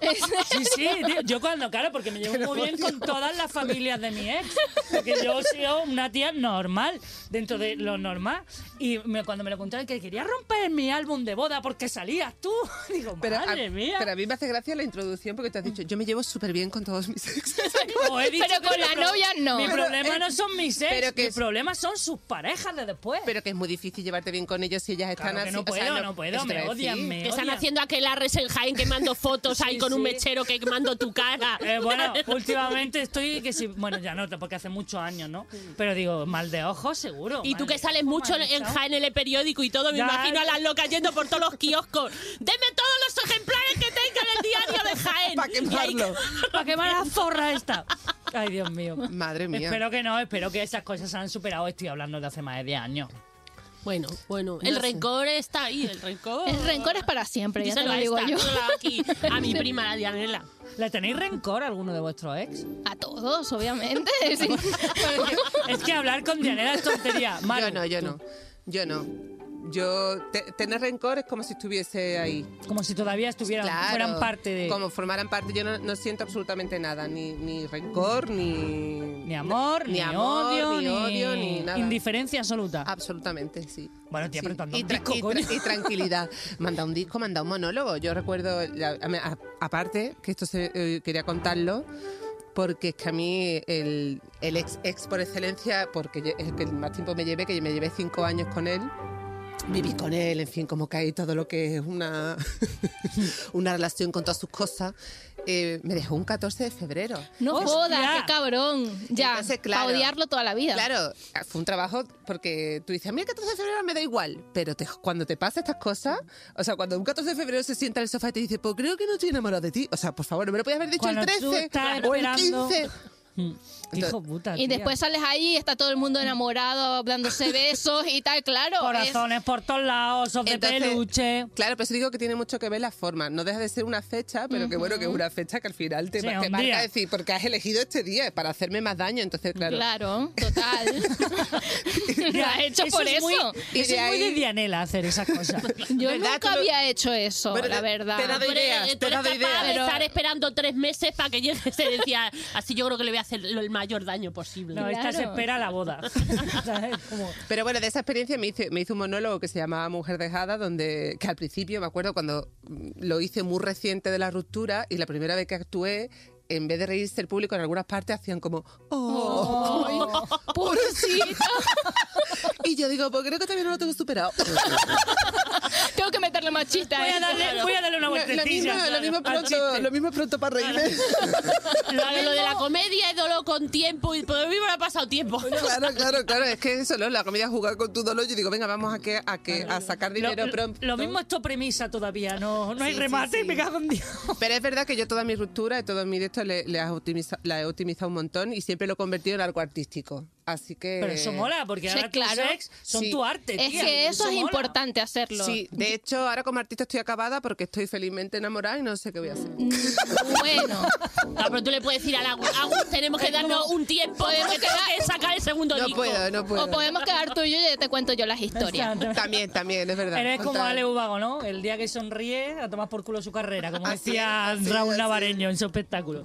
Speaker 3: Sí, sí, tío, yo cuando, claro, porque me llevo muy bien con todas las familias de mi ex. Porque yo soy una tía normal, dentro de lo normal. Y me- cuando me lo contaron que quería romper mi álbum de boda porque salías tú, digo,
Speaker 6: Pero a,
Speaker 3: madre mía.
Speaker 6: pero a mí me hace gracia la introducción porque te has dicho, yo me llevo súper bien con todos mis exes.
Speaker 3: Como he dicho,
Speaker 5: Pero con
Speaker 3: mi
Speaker 5: la
Speaker 3: pro-
Speaker 5: novia no.
Speaker 3: Mi
Speaker 5: Pero,
Speaker 3: problema
Speaker 6: eh,
Speaker 3: no son mis ex,
Speaker 6: pero que
Speaker 3: mi
Speaker 6: es-
Speaker 3: problema son sus parejas de después.
Speaker 6: Pero que es muy difícil llevarte bien con ellos si ellas están
Speaker 3: Claro que
Speaker 6: así.
Speaker 3: no
Speaker 6: o sea,
Speaker 3: puedo, no puedo,
Speaker 6: eso te
Speaker 3: me
Speaker 6: voy a
Speaker 3: odian,
Speaker 6: decir.
Speaker 3: me
Speaker 4: Que están
Speaker 3: odian.
Speaker 4: haciendo aquel arres en Jaén quemando fotos ahí
Speaker 3: Sí,
Speaker 4: con un
Speaker 3: sí.
Speaker 4: mechero que quemando tu cara.
Speaker 3: Eh, bueno, últimamente estoy que sí, bueno, ya no, porque hace muchos años, ¿no? Pero digo, mal de ojos, seguro.
Speaker 4: Y tú
Speaker 3: mal
Speaker 4: que
Speaker 3: de
Speaker 4: sales
Speaker 3: ojo,
Speaker 4: mucho
Speaker 3: mal de
Speaker 4: en
Speaker 3: chao.
Speaker 4: Jaén en el periódico y todo, me
Speaker 3: Ya,
Speaker 4: imagino a
Speaker 3: ya.
Speaker 4: las locas yendo por todos los kioscos. ¡Deme todos los ejemplares que tenga del diario de Jaén!
Speaker 6: Pa'
Speaker 4: Y ahí-
Speaker 6: quemarlo.
Speaker 3: ¿Para qué mala zorra esta? Ay, Dios mío.
Speaker 6: Madre mía.
Speaker 3: Espero que no, espero que esas cosas se han superado. Estoy hablando de hace más de 10 años.
Speaker 4: Bueno, bueno, el rencor está ahí, el rencor.
Speaker 5: El rencor es para siempre, ya te
Speaker 4: Díselo
Speaker 5: lo
Speaker 4: a
Speaker 5: digo
Speaker 4: esta,
Speaker 5: yo.
Speaker 4: díselo aquí, a mi prima, la Dianela.
Speaker 3: ¿Le tenéis rencor a alguno de vuestros ex?
Speaker 5: A todos, obviamente. sí.
Speaker 3: Es que hablar con Dianela es tontería. Maru,
Speaker 6: yo no, yo
Speaker 3: tú,
Speaker 6: no. Yo no. Yo te- tener rencor es como si estuviese ahí.
Speaker 3: Como si todavía estuvieran,
Speaker 6: Claro.
Speaker 3: fueran parte de...
Speaker 6: Como formaran parte. Yo no, no siento absolutamente nada. Ni, ni rencor, ni.
Speaker 3: Ni amor, ni,
Speaker 6: amor,
Speaker 3: odio,
Speaker 6: ni, odio, ni nada. Ah,
Speaker 3: Indiferencia absoluta.
Speaker 6: Absolutamente, sí.
Speaker 3: Bueno, tía,
Speaker 6: Sí.
Speaker 3: pero tú andas
Speaker 6: y,
Speaker 3: un
Speaker 6: tra-
Speaker 3: disco,
Speaker 6: y tra-
Speaker 3: coño.
Speaker 6: y tranquilidad. Manda un disco, manda un monólogo. Yo recuerdo, la- a- a- aparte, que esto se, eh, quería contarlo, porque es que a mí el, el ex, ex por excelencia, porque lle- es el que más tiempo me llevé, que yo me llevé cinco años con él, viví con él, en fin, como que hay todo lo que es una, una relación con todas sus cosas, eh, me dejó un 14 de febrero.
Speaker 5: No
Speaker 3: Hostia.
Speaker 5: jodas, qué cabrón. Ya,
Speaker 6: Entonces, claro.
Speaker 5: para odiarlo toda la vida.
Speaker 6: Claro, ah, fue un trabajo porque tú dices, a mí el 14 de febrero me da igual, pero te- cuando te pasa estas cosas, o sea, cuando un 14 de febrero se sienta en el sofá y te dice, pues creo que no estoy enamorado de ti, o sea, por favor, no me lo podías haber dicho
Speaker 3: Cuando
Speaker 6: el
Speaker 3: tú
Speaker 6: 13
Speaker 3: estás
Speaker 6: o el
Speaker 3: esperando-
Speaker 6: 15.
Speaker 3: Mm. Hijo puta,
Speaker 5: Y
Speaker 3: tía.
Speaker 5: después sales ahí, está todo el mundo enamorado, dándose besos y tal, claro. es-
Speaker 3: Corazones por todos lados, osos de
Speaker 6: Entonces,
Speaker 3: peluche.
Speaker 6: Claro, pero eso digo que tiene mucho que ver la forma. No deja de ser una fecha, pero que bueno, que es una fecha que al final te,
Speaker 3: Sí,
Speaker 6: ma- te
Speaker 3: un
Speaker 6: marca
Speaker 3: día.
Speaker 6: decir, porque has elegido este día para hacerme más daño. Entonces, claro.
Speaker 5: Claro, total. Lo has hecho
Speaker 3: Eso
Speaker 5: por
Speaker 3: es
Speaker 5: eso.
Speaker 3: muy-
Speaker 6: Y
Speaker 3: eso
Speaker 6: de
Speaker 3: es muy de
Speaker 6: ahí-
Speaker 3: Dianela hacer esas cosas.
Speaker 5: Yo
Speaker 6: ¿Verdad?
Speaker 5: nunca
Speaker 6: Tú lo-
Speaker 5: había hecho eso,
Speaker 6: Bueno,
Speaker 5: la
Speaker 6: te-
Speaker 5: verdad.
Speaker 6: te he dado
Speaker 4: Tú eres-
Speaker 6: ideas,
Speaker 4: eh, tú
Speaker 6: te he
Speaker 4: eres
Speaker 6: dado
Speaker 4: capaz de
Speaker 6: ideas.
Speaker 4: estar esperando tres meses para que llegue ese decía, así yo creo que le voy a hacer lo- el mayor daño posible.
Speaker 3: No, esta se
Speaker 5: Claro.
Speaker 3: espera a la boda. ¿Sabes? Como-
Speaker 6: Pero bueno, de esa experiencia me hice, me hice un monólogo que se llamaba Mujer dejada, donde que al principio me acuerdo cuando mm, lo hice muy reciente de la ruptura y la primera vez que actué, en vez de reírse el público en algunas partes hacían como "Oh".
Speaker 5: Pobrecita.
Speaker 6: y yo digo, pues creo que todavía no lo tengo superado.
Speaker 5: Tengo que meterle machista.
Speaker 3: Voy a darle, voy a darle una
Speaker 6: Lo, lo mismo,
Speaker 3: vueltecilla.
Speaker 6: lo mismo
Speaker 3: al
Speaker 6: pronto,
Speaker 3: chiste.
Speaker 6: lo mismo pronto para reírme.
Speaker 4: Claro, lo de la comedia es dolor con tiempo y por mí me ha pasado tiempo.
Speaker 6: claro, claro, claro. Es que eso, ¿no? la comida es jugar con tu dolor. Yo digo, venga, vamos a que a que a sacar
Speaker 3: Lo-
Speaker 6: dinero
Speaker 3: lo-
Speaker 6: pronto.
Speaker 3: Lo mismo es tu premisa todavía, no, no hay
Speaker 6: Sí,
Speaker 3: remate,
Speaker 6: sí, sí.
Speaker 3: me cago en Dios.
Speaker 6: Pero es verdad que yo toda mi ruptura y todo mi de esto le, le has optimiza- la he optimizado un montón y siempre lo he convertido en algo artístico. Así que...
Speaker 3: Pero eso mola, porque
Speaker 5: Sí,
Speaker 3: ahora
Speaker 5: claro.
Speaker 3: tus ex son
Speaker 6: Eh, Sí.
Speaker 3: tu arte.
Speaker 5: Es
Speaker 3: tía,
Speaker 5: que eso es
Speaker 3: mola.
Speaker 5: importante hacerlo.
Speaker 6: Sí, de hecho ahora como artista estoy acabada porque estoy felizmente enamorada y no sé qué voy a hacer.
Speaker 5: Mm, Bueno,
Speaker 4: No, pero tú le puedes decir a la Agus, tenemos que darnos un tiempo porque tengo que sacar el segundo
Speaker 6: No
Speaker 4: disco.
Speaker 6: puedo, no
Speaker 5: o
Speaker 6: puedo.
Speaker 5: podemos quedar tú y yo y te cuento yo las historias.
Speaker 3: Exacto.
Speaker 6: También, también, es verdad.
Speaker 3: Eres como
Speaker 6: Total.
Speaker 3: Ale Ubago, ¿no? El día que sonríe, a tomar por culo su carrera, como
Speaker 6: Así
Speaker 3: decía
Speaker 6: es, así
Speaker 3: Raúl
Speaker 6: es, así
Speaker 3: Navareño en su espectáculo.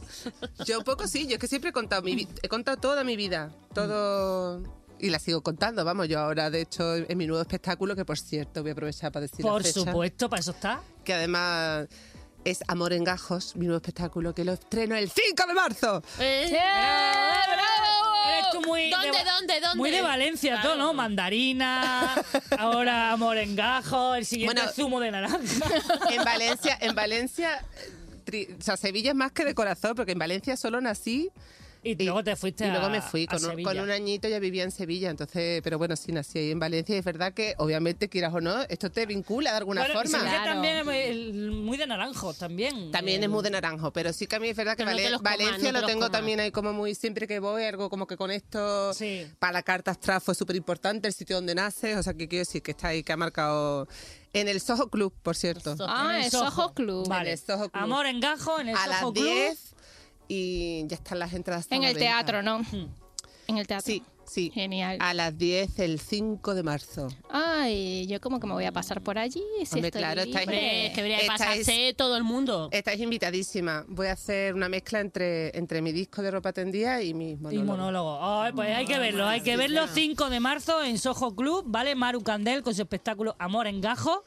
Speaker 6: Yo un poco sí, yo es que siempre he contado, mi vi- he contado toda mi vida, todo... Y la sigo contando, vamos, yo ahora de hecho en mi nuevo espectáculo, que por cierto voy a aprovechar para decir la
Speaker 3: Por
Speaker 6: fecha.
Speaker 3: supuesto, para eso está.
Speaker 6: que además es Amor en Gajos, mi nuevo espectáculo, que lo estreno el 5 de marzo.
Speaker 4: Eh,
Speaker 5: ¡Eh, bravo!
Speaker 3: Eres tú muy.
Speaker 4: ¿Dónde,
Speaker 3: de Va-
Speaker 4: dónde, dónde?
Speaker 3: Muy de Valencia,
Speaker 4: Claro.
Speaker 3: todo, ¿no? Mandarina, ahora morengajo, el siguiente
Speaker 6: Bueno,
Speaker 3: zumo de naranja.
Speaker 6: En Valencia, en Valencia, tri- o sea, Sevilla es más que de corazón, porque en Valencia solo nací.
Speaker 3: Y, luego te fuiste
Speaker 6: y luego
Speaker 3: a-
Speaker 6: me fui
Speaker 3: a
Speaker 6: con un,
Speaker 3: Sevilla.
Speaker 6: con un añito ya vivía en Sevilla entonces pero bueno sí nací ahí en Valencia y es verdad que obviamente quieras o no esto te vincula de alguna
Speaker 3: Bueno,
Speaker 6: forma
Speaker 3: Sevilla
Speaker 5: Claro.
Speaker 3: también es muy- el- muy de naranjo, también.
Speaker 6: también
Speaker 3: Eh,
Speaker 6: es muy de naranjo pero sí que a mí es verdad que
Speaker 4: Pero no
Speaker 6: Vale-
Speaker 4: te los comas,
Speaker 6: Valencia
Speaker 4: no te
Speaker 6: lo
Speaker 4: los
Speaker 6: tengo
Speaker 4: comas.
Speaker 6: también ahí como muy siempre que voy algo como que con esto
Speaker 3: Sí.
Speaker 6: para la carta astral fue súper importante el sitio donde naces o sea que quiero decir que está ahí que ha marcado en el Soho Club por cierto
Speaker 4: Soho.
Speaker 5: Ah,
Speaker 3: en el
Speaker 5: es
Speaker 3: Soho.
Speaker 5: Ojo Club.
Speaker 3: Vale.
Speaker 6: En el Soho Club.
Speaker 3: Amor engajo en el
Speaker 6: a
Speaker 3: Soho
Speaker 6: las
Speaker 3: Club.
Speaker 6: 10 y ya están las entradas a
Speaker 5: En
Speaker 6: la
Speaker 5: el
Speaker 6: venta.
Speaker 5: teatro, ¿no? En el teatro.
Speaker 6: Sí, Sí.
Speaker 5: Genial.
Speaker 6: A las 10 el 5 de marzo.
Speaker 5: Ay, yo como que me voy a pasar por allí. Si
Speaker 6: Hombre,
Speaker 5: estoy
Speaker 6: claro, estáis-
Speaker 5: libre.
Speaker 4: Hombre, es que debería
Speaker 6: Esta
Speaker 4: pasarse todo el mundo.
Speaker 6: Estáis invitadísima. Voy a hacer una mezcla entre, entre mi disco de ropa tendida y mis
Speaker 3: Y
Speaker 6: monólogos.
Speaker 3: monólogo. Ay, pues
Speaker 6: Ah,
Speaker 3: hay que verlo, hay que verlo. 5 de marzo en Soho Club, ¿vale? Maru Candel con su espectáculo Amor en Gajo.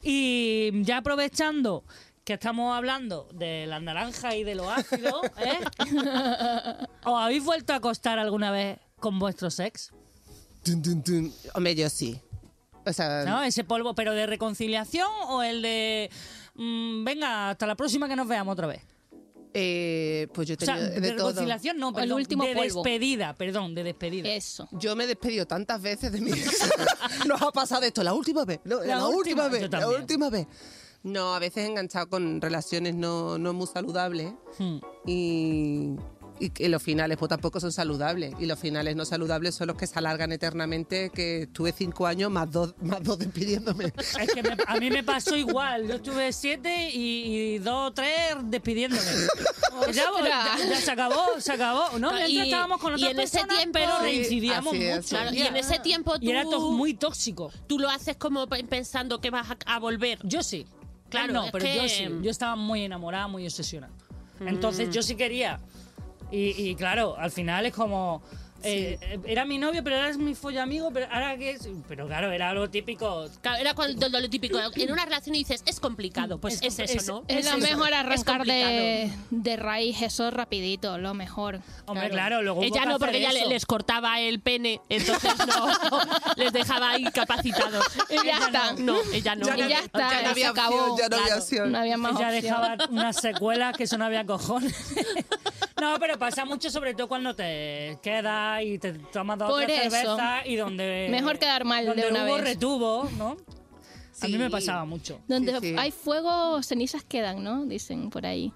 Speaker 3: Y ya aprovechando que estamos hablando de las naranjas y de lo ácido, ¿eh? ¿Os habéis vuelto a acostar alguna vez con vuestro sex?
Speaker 6: Tun, tun, tun. Hombre, yo sí. O sea,
Speaker 3: ¿No? Ese polvo, pero de reconciliación o el de. mm, venga, hasta la próxima que nos veamos otra vez.
Speaker 6: eh, pues yo he
Speaker 3: O sea,
Speaker 6: tenido
Speaker 3: de,
Speaker 6: de todo.
Speaker 3: reconciliación no,
Speaker 5: el
Speaker 3: perdón,
Speaker 5: último
Speaker 3: de
Speaker 5: polvo. Eh,
Speaker 3: despedida, perdón, de despedida.
Speaker 5: Eso.
Speaker 6: Yo me he despedido tantas veces de mi ex. Nos ha pasado esto, la última vez. no,
Speaker 3: La
Speaker 6: la,
Speaker 3: última,
Speaker 6: última,
Speaker 3: yo
Speaker 6: vez, la
Speaker 3: también.
Speaker 6: última vez. No, a veces he enganchado con relaciones no, no muy saludables
Speaker 3: Hmm.
Speaker 6: y, y que los finales pues tampoco son saludables. Y los finales no saludables son los que se alargan eternamente, que estuve cinco años más dos, más dos despidiéndome.
Speaker 3: Es que me- a mí me pasó igual. Yo estuve siete y, y dos o tres despidiéndome. ya, ya- ya se acabó, se acabó. No, mientras
Speaker 4: Ah, Y-
Speaker 3: estábamos con
Speaker 4: y
Speaker 3: otra
Speaker 4: en ese
Speaker 3: persona,
Speaker 4: tiempo-
Speaker 3: pero
Speaker 4: Sí,
Speaker 3: reincidíamos
Speaker 6: así es,
Speaker 3: mucho.
Speaker 4: Claro, y en ese tiempo tú,
Speaker 3: Y era to- muy tóxico.
Speaker 4: tú lo haces como pe- pensando que vas a, a volver.
Speaker 3: Yo sí.
Speaker 4: Claro,
Speaker 3: Él no,
Speaker 4: es
Speaker 3: pero yo
Speaker 4: que- Mm.
Speaker 3: sí. Yo estaba muy enamorada, muy obsesionada. Entonces yo sí quería. Y, y claro, al final es como. eh, eh, era mi novio, pero ahora es mi follamigo, pero ahora que es. Pero claro, era lo típico.
Speaker 4: Claro, Era cuando lo típico. En una relación dices, es complicado. Pues
Speaker 3: Es
Speaker 4: es,
Speaker 3: compl- es-
Speaker 4: eso, ¿no?
Speaker 5: Es, lo
Speaker 4: eso.
Speaker 5: mejor arrancar de,
Speaker 4: complicado.
Speaker 5: de raíz eso rapidito, lo mejor.
Speaker 3: Hombre, claro, luego. hubo
Speaker 4: Ella
Speaker 3: que
Speaker 4: no,
Speaker 3: hacer
Speaker 4: porque ella le-
Speaker 3: eso.
Speaker 4: les cortaba el pene, entonces no, les dejaba incapacitados.
Speaker 5: Y ya está.
Speaker 4: No, ella no.
Speaker 5: Ya no- Y ya está,
Speaker 6: ya no
Speaker 5: se
Speaker 6: había
Speaker 5: acabó,
Speaker 6: opción, ya no había opción.
Speaker 5: No había más
Speaker 3: ya
Speaker 5: opción.
Speaker 3: dejaba unas secuelas que eso no había cojones. No, pero pasa mucho, sobre todo cuando te quedas y te tomas dos o
Speaker 5: Por
Speaker 3: tres
Speaker 5: eso.
Speaker 3: cervezas y donde.
Speaker 5: Mejor quedar mal
Speaker 3: donde
Speaker 5: de una
Speaker 3: hubo
Speaker 5: vez.
Speaker 3: retuvo, ¿no? A mí
Speaker 6: Sí.
Speaker 3: me pasaba mucho.
Speaker 5: Donde
Speaker 6: Sí, sí.
Speaker 5: hay fuego, cenizas quedan, ¿no? Dicen por ahí.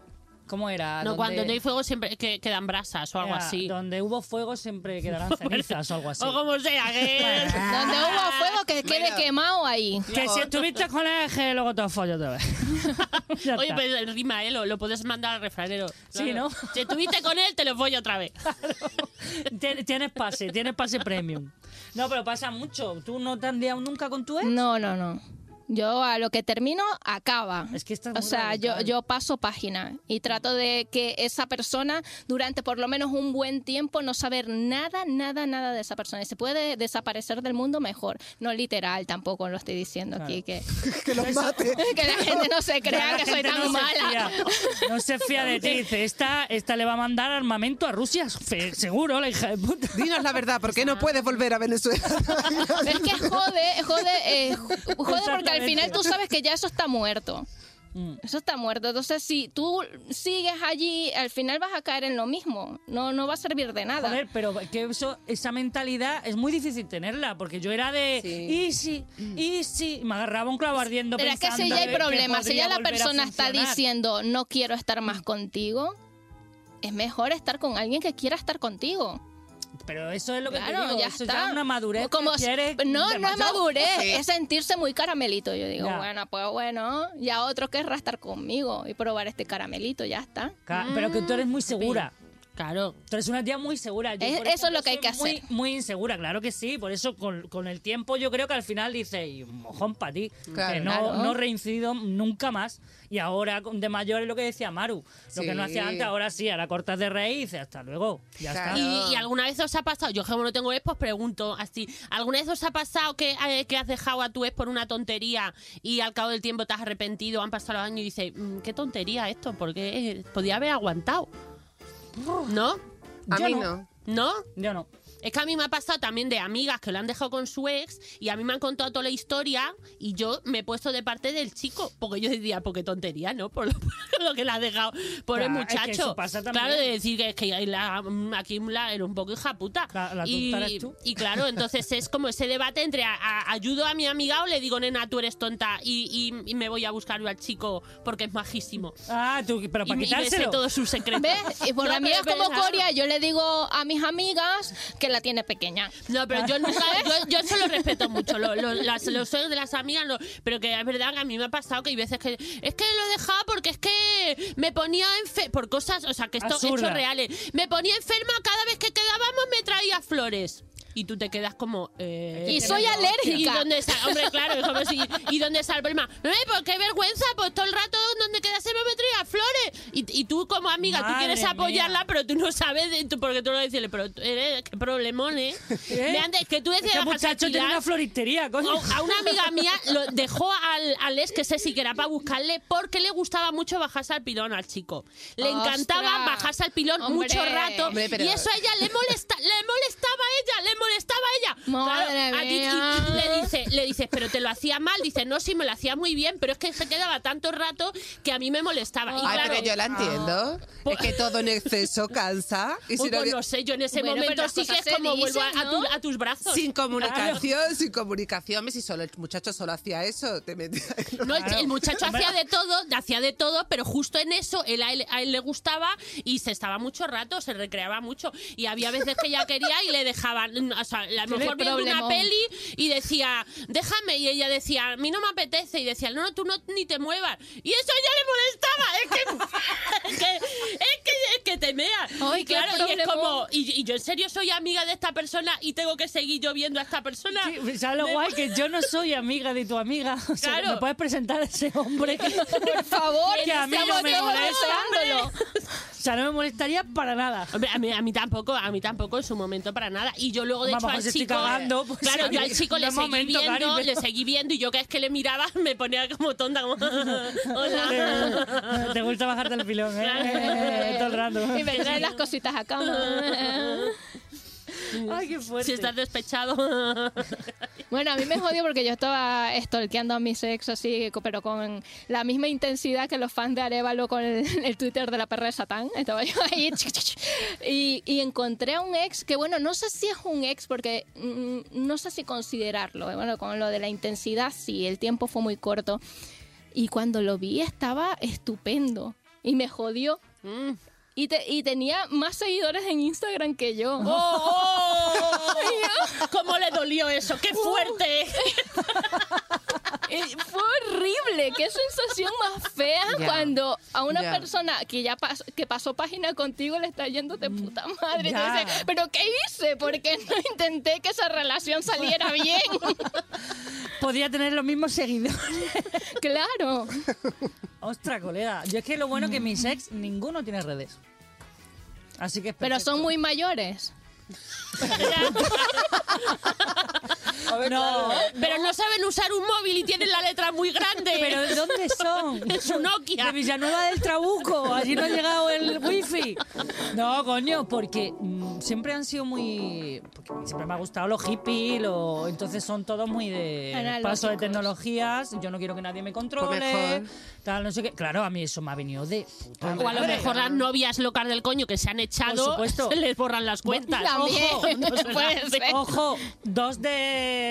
Speaker 3: ¿Cómo era?
Speaker 4: No,
Speaker 3: Donde-
Speaker 4: cuando no hay fuego siempre que- quedan brasas o algo
Speaker 3: era,
Speaker 4: así.
Speaker 3: Donde hubo fuego siempre quedarán cenizas o algo así.
Speaker 4: O como sea, que...
Speaker 5: Donde hubo
Speaker 3: Ah.
Speaker 5: fuego que quede
Speaker 6: Bueno.
Speaker 5: quemado ahí.
Speaker 3: Que si estuviste con él, que luego te has follado otra vez. Ya
Speaker 4: Oye,
Speaker 3: está.
Speaker 4: pero rima, ¿eh? Lo, lo puedes mandar al refranero.
Speaker 3: Sí,
Speaker 4: Claro.
Speaker 3: ¿no?
Speaker 4: Si estuviste con él, te lo voy otra vez.
Speaker 3: Tien- Tienes pase, tienes pase premium. No, pero pasa mucho. ¿Tú no te has liado nunca con tu ex?
Speaker 5: No, no, no. Yo a lo que termino, acaba.
Speaker 3: Es que estás
Speaker 5: o
Speaker 3: muy
Speaker 5: sea, yo,
Speaker 3: radical.
Speaker 5: yo paso página y trato de que esa persona durante por lo menos un buen tiempo no saber nada, nada, nada de esa persona. Y se puede desaparecer del mundo mejor. No literal tampoco lo estoy diciendo aquí, que,
Speaker 6: que los mate.
Speaker 5: que la gente no se
Speaker 3: Ya
Speaker 5: crea
Speaker 3: la
Speaker 5: que soy
Speaker 3: gente
Speaker 5: tan
Speaker 3: no Se
Speaker 5: mala.
Speaker 3: fía, no se fía de ti. Dice, esta, esta le va a mandar armamento a Rusia, fe- seguro, la hija de puta.
Speaker 6: Dinos la verdad, ¿por qué no puedes volver a Venezuela?
Speaker 5: Es que jode, jode, eh, ju- jode porque al
Speaker 3: Exactamente.
Speaker 5: final tú sabes que ya eso está muerto.
Speaker 3: Mm.
Speaker 5: Eso está muerto. Entonces, si tú sigues allí, al final vas a caer en lo mismo. No, no va a servir de nada.
Speaker 3: Joder, pero que eso, esa mentalidad es muy difícil tenerla, porque yo era de
Speaker 6: Sí.
Speaker 3: easy, easy, y me agarraba un clavo ardiendo
Speaker 5: Pero es que
Speaker 3: pensando
Speaker 5: si ya hay
Speaker 3: que
Speaker 5: problemas, si
Speaker 3: podría
Speaker 5: ya la
Speaker 3: volver a
Speaker 5: persona está
Speaker 3: funcionar. Mm.
Speaker 5: diciendo no quiero estar más contigo, es mejor estar con alguien que quiera estar contigo.
Speaker 3: Pero eso es lo que te
Speaker 5: Claro,
Speaker 3: digo,
Speaker 5: ya
Speaker 3: eso
Speaker 5: está.
Speaker 3: ya es una madurez
Speaker 5: Como
Speaker 3: que
Speaker 5: si-
Speaker 3: quieres
Speaker 5: no,
Speaker 3: de
Speaker 5: no es
Speaker 3: mayor.
Speaker 5: madurez, es sentirse muy caramelito. Yo digo,
Speaker 3: Ya.
Speaker 5: bueno, pues bueno, ya otro querrá estar conmigo y probar este caramelito, ya está.
Speaker 3: Ca- Pero que tú eres
Speaker 5: Mm,
Speaker 3: muy segura.
Speaker 4: Claro.
Speaker 3: Tú eres una tía muy segura. Yo,
Speaker 5: Es-
Speaker 3: por
Speaker 5: eso es lo que hay
Speaker 3: soy
Speaker 5: que
Speaker 3: muy,
Speaker 5: hacer.
Speaker 3: Muy insegura, claro que sí. Por eso con, con el tiempo yo creo que al final dices, "Y un mojón para ti. que
Speaker 6: Claro.
Speaker 3: no,
Speaker 5: Claro.
Speaker 3: no reincido nunca más. Y ahora con- de mayor es lo que decía Maru. Lo que no
Speaker 6: Sí.
Speaker 3: hacía antes, ahora sí. Ahora cortas de raíz y dices, hasta luego. Ya
Speaker 6: Claro.
Speaker 3: está.
Speaker 4: Y, y alguna vez os ha pasado, yo como no tengo ex, pues pregunto así, ¿alguna vez os ha pasado que, eh, que has dejado a tu ex por una tontería y al cabo del tiempo te has arrepentido, han pasado los años y dices, "Mm, qué tontería esto, porque eh, podía haber aguantado? ¿No?
Speaker 6: A
Speaker 3: Yo
Speaker 6: mí
Speaker 3: no.
Speaker 6: no.
Speaker 4: ¿No?
Speaker 3: Yo no.
Speaker 4: Es que a mí me ha pasado también de amigas que lo han dejado con su ex y a mí me han contado toda la historia y yo me he puesto de parte del chico. Porque yo decía, porque tontería, ¿no? Por lo, por lo que la ha dejado por
Speaker 3: Claro,
Speaker 4: el
Speaker 3: es que
Speaker 4: muchacho.
Speaker 3: eso pasa también.
Speaker 4: Claro, de decir que, es que la- aquí la, era un poco hija puta.
Speaker 3: La- la
Speaker 4: y,
Speaker 3: tonta eres tú.
Speaker 4: y claro, entonces es como ese debate entre a- a- ayudo a mi amiga o le digo, nena, tú eres tonta y, y- y me voy a buscar yo al chico porque es majísimo.
Speaker 3: Ah, tú, pero para
Speaker 4: Y, me- y me sé
Speaker 3: quitárselo.
Speaker 4: todos sus secretos.
Speaker 5: ¿Ves? Y por
Speaker 4: No,
Speaker 5: la mía es
Speaker 4: pero es
Speaker 5: como
Speaker 4: verdad.
Speaker 5: Coria, yo le digo a mis amigas que la tiene pequeña.
Speaker 4: No, pero yo nunca, yo, yo eso lo respeto mucho, lo- lo- las- los sueños de las amigas, lo- pero que es verdad que a mí me ha pasado que hay veces que es que lo dejaba porque es que me ponía enferma, por cosas, o sea, que esto
Speaker 3: Absurda.
Speaker 4: hechos reales, me ponía enferma cada vez que quedábamos me traía flores. y tú te quedas como... eh,
Speaker 5: Y soy
Speaker 4: ¿Y
Speaker 5: alérgica.
Speaker 4: dónde está? Hombre, claro, es como si- ¿y dónde está el problema? No, eh, pues qué vergüenza, pues todo el rato donde queda se me metría flores. Y, y tú como amiga, tú
Speaker 3: Madre
Speaker 4: quieres
Speaker 3: mía.
Speaker 4: apoyarla, Ah, pero tú no sabes, de- tú- porque tú lo dices, pero tú eres, qué problemón, ¿eh? Me han de- que tú decías,
Speaker 3: Este muchacho tiene una floristería, coño.
Speaker 4: a a una amiga mía lo dejó al, al ex, que sé si que era para buscarle, porque le gustaba mucho bajarse al pilón al chico. Le
Speaker 5: ¡Ostras!
Speaker 4: encantaba bajarse al pilón
Speaker 5: Hombre.
Speaker 4: mucho rato.
Speaker 6: Hombre, pero-
Speaker 4: Y eso a ella le, molesta, le molestaba a ella, le molestaba a ella.
Speaker 5: Madre
Speaker 4: a ti-
Speaker 5: mía.
Speaker 4: y- y le dice, le dices, pero te lo hacía mal. Dice, no, sí, me lo hacía muy bien, pero es que se quedaba tanto rato que a mí me molestaba. Y
Speaker 6: Ay,
Speaker 4: claro, ah, pues
Speaker 6: pero yo la entiendo. Es que todo en exceso cansa. Y
Speaker 4: uy,
Speaker 6: si no,
Speaker 4: pues no sé, yo en ese
Speaker 5: Bueno, pero
Speaker 4: momento
Speaker 5: las
Speaker 4: sí que
Speaker 5: cosas
Speaker 4: es
Speaker 5: se
Speaker 4: como vuelvo a,
Speaker 5: dicen,
Speaker 4: a tu-
Speaker 5: ¿no?
Speaker 4: a tus brazos.
Speaker 6: sin comunicación, sin comunicación. Si solo el muchacho solo hacía eso, te metía en lo-
Speaker 4: No, el- el muchacho hacía de todo, hacía de todo, pero justo en eso él, a, él, a él le gustaba y se estaba mucho rato, se recreaba mucho. Y había veces que ella quería y le dejaban, o sea, a lo mejor viendo una
Speaker 5: problemón.
Speaker 4: peli y decía, déjame, y ella decía, a mí no me apetece, y decía, no, no, tú no, ni te muevas. Y eso ya le molestaba, es que, es que, es que, es que te mea.
Speaker 5: Ay,
Speaker 4: y
Speaker 5: qué
Speaker 4: claro, y es
Speaker 5: problemón.
Speaker 4: como, y, y yo en serio soy amiga de esta persona y tengo que seguir yo viendo a esta persona.
Speaker 3: Sí, ¿Sabes lo
Speaker 4: Me-
Speaker 3: guay? Que yo no soy amiga de tu amiga. O sea,
Speaker 4: Claro.
Speaker 3: ¿me puedes presentar a ese hombre? Por
Speaker 5: favor,
Speaker 3: que a mí no
Speaker 5: estamos
Speaker 3: me
Speaker 5: todos
Speaker 3: molesta.
Speaker 5: dándolo.
Speaker 3: O sea, no me molestaría para nada.
Speaker 4: Hombre, a mí, a mí tampoco, a mí tampoco en su momento para nada. Y yo luego, de
Speaker 3: Vamos,
Speaker 4: hecho, al
Speaker 3: pues estoy
Speaker 4: chico... eh,
Speaker 3: cagando, pues,
Speaker 4: claro, yo al chico
Speaker 3: no
Speaker 4: le
Speaker 3: es
Speaker 4: seguí
Speaker 3: momento,
Speaker 4: viendo,
Speaker 3: Cari, pero-
Speaker 4: le seguí viendo y yo que es que le miraba me ponía como tonta, como... Hola.
Speaker 3: Te, te gusta bajarte el pilón, ¿eh? Todo el rato.
Speaker 5: Y me traen las cositas acá.
Speaker 3: Ay, qué fuerte.
Speaker 4: Si estás despechado.
Speaker 5: Bueno, a mí me jodió porque yo estaba stalkeando a mi sexo así, co- pero con la misma intensidad que los fans de Arevalo con el, el Twitter de la perra de Satán. Estaba yo ahí. chic, chic, chic. Y, y encontré a un ex que, bueno, no sé si es un ex porque mm, no sé si considerarlo. Bueno, con lo de la intensidad sí, el tiempo fue muy corto. Y cuando lo vi estaba estupendo y me jodió.
Speaker 4: Mm.
Speaker 5: Y, te- y tenía más seguidores en Instagram que yo.
Speaker 4: ¡Oh! ¿Cómo le dolió eso?
Speaker 3: Uh.
Speaker 4: ¡Qué fuerte!
Speaker 5: Eh, Fue horrible, qué sensación más fea
Speaker 6: Ya,
Speaker 5: cuando a una
Speaker 6: ya.
Speaker 5: persona que ya pas- que pasó página contigo le está yendo de
Speaker 6: Mm,
Speaker 5: puta madre. Y tú
Speaker 3: Ya.
Speaker 5: dices, pero ¿qué hice? ¿Por qué no intenté que esa relación saliera bien?
Speaker 3: Podría tener los mismos seguidores.
Speaker 5: claro.
Speaker 3: Ostras, colega. Yo es que lo bueno que mis ex, ninguno tiene redes. Así que es
Speaker 5: Pero
Speaker 3: perfecto.
Speaker 5: son muy mayores.
Speaker 6: A ver,
Speaker 3: No,
Speaker 6: claro.
Speaker 4: Pero no saben usar un móvil y tienen la letra muy grande.
Speaker 3: pero ¿de ¿dónde son?
Speaker 4: Es un Nokia.
Speaker 3: De Villanueva del Trabuco, allí no ha llegado el wifi. No, coño, porque mm, siempre han sido muy... Porque siempre me ha gustado los hippies, lo- entonces son todos muy de paso de
Speaker 5: Analógicos.
Speaker 3: tecnologías, yo no quiero que nadie me controle,
Speaker 6: Pues mejor.
Speaker 3: tal, no sé qué. Claro, a mí eso me ha venido de... puta
Speaker 4: O a lo
Speaker 3: madre.
Speaker 4: mejor las novias locas del coño que se han
Speaker 3: Por
Speaker 4: echado
Speaker 3: supuesto.
Speaker 4: les borran las cuentas.
Speaker 5: También.
Speaker 4: Ojo, no será
Speaker 5: Puede
Speaker 4: así.
Speaker 5: ser.
Speaker 3: Ojo, dos de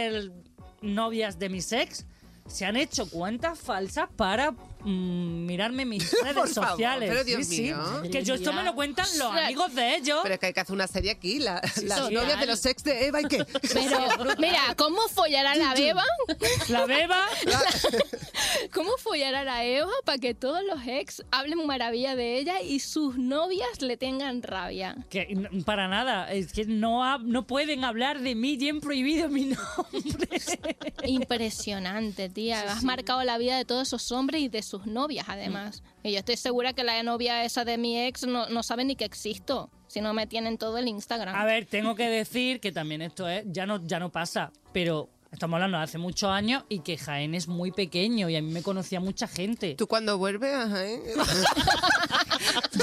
Speaker 3: novias de mis ex se han hecho cuentas falsas para mm, mirarme mis redes
Speaker 6: Por favor,
Speaker 3: sociales.
Speaker 6: pero Dios
Speaker 3: Sí, sí.
Speaker 6: mío.
Speaker 3: Que yo esto me lo cuentan los amigos de ellos.
Speaker 6: Pero es que hay que hacer una serie aquí, la- las
Speaker 4: sí,
Speaker 6: novias de
Speaker 4: claro.
Speaker 6: los ex de Eva y qué.
Speaker 5: Pero, mira, ¿cómo follará la beba?
Speaker 3: La beba.
Speaker 5: ¿Cómo follará la Eva para que todos los ex hablen maravilla de ella y sus novias le tengan rabia?
Speaker 3: Que n- para nada, es que no, ha- no pueden hablar de mí y han prohibido mi nombre.
Speaker 5: Impresionante, tía. Has marcado la vida de todos esos hombres y de sus
Speaker 3: Mm.
Speaker 5: novias, además. Y yo estoy segura que la novia esa de mi ex no, no sabe ni que existo, si no me tienen todo el Instagram.
Speaker 3: A ver, tengo que decir que también esto es, ya no, ya no pasa, pero estamos hablando de hace muchos años y que Jaén es muy pequeño y a mí me conocía mucha gente.
Speaker 6: Tú cuando vuelves, ajá, ¿eh?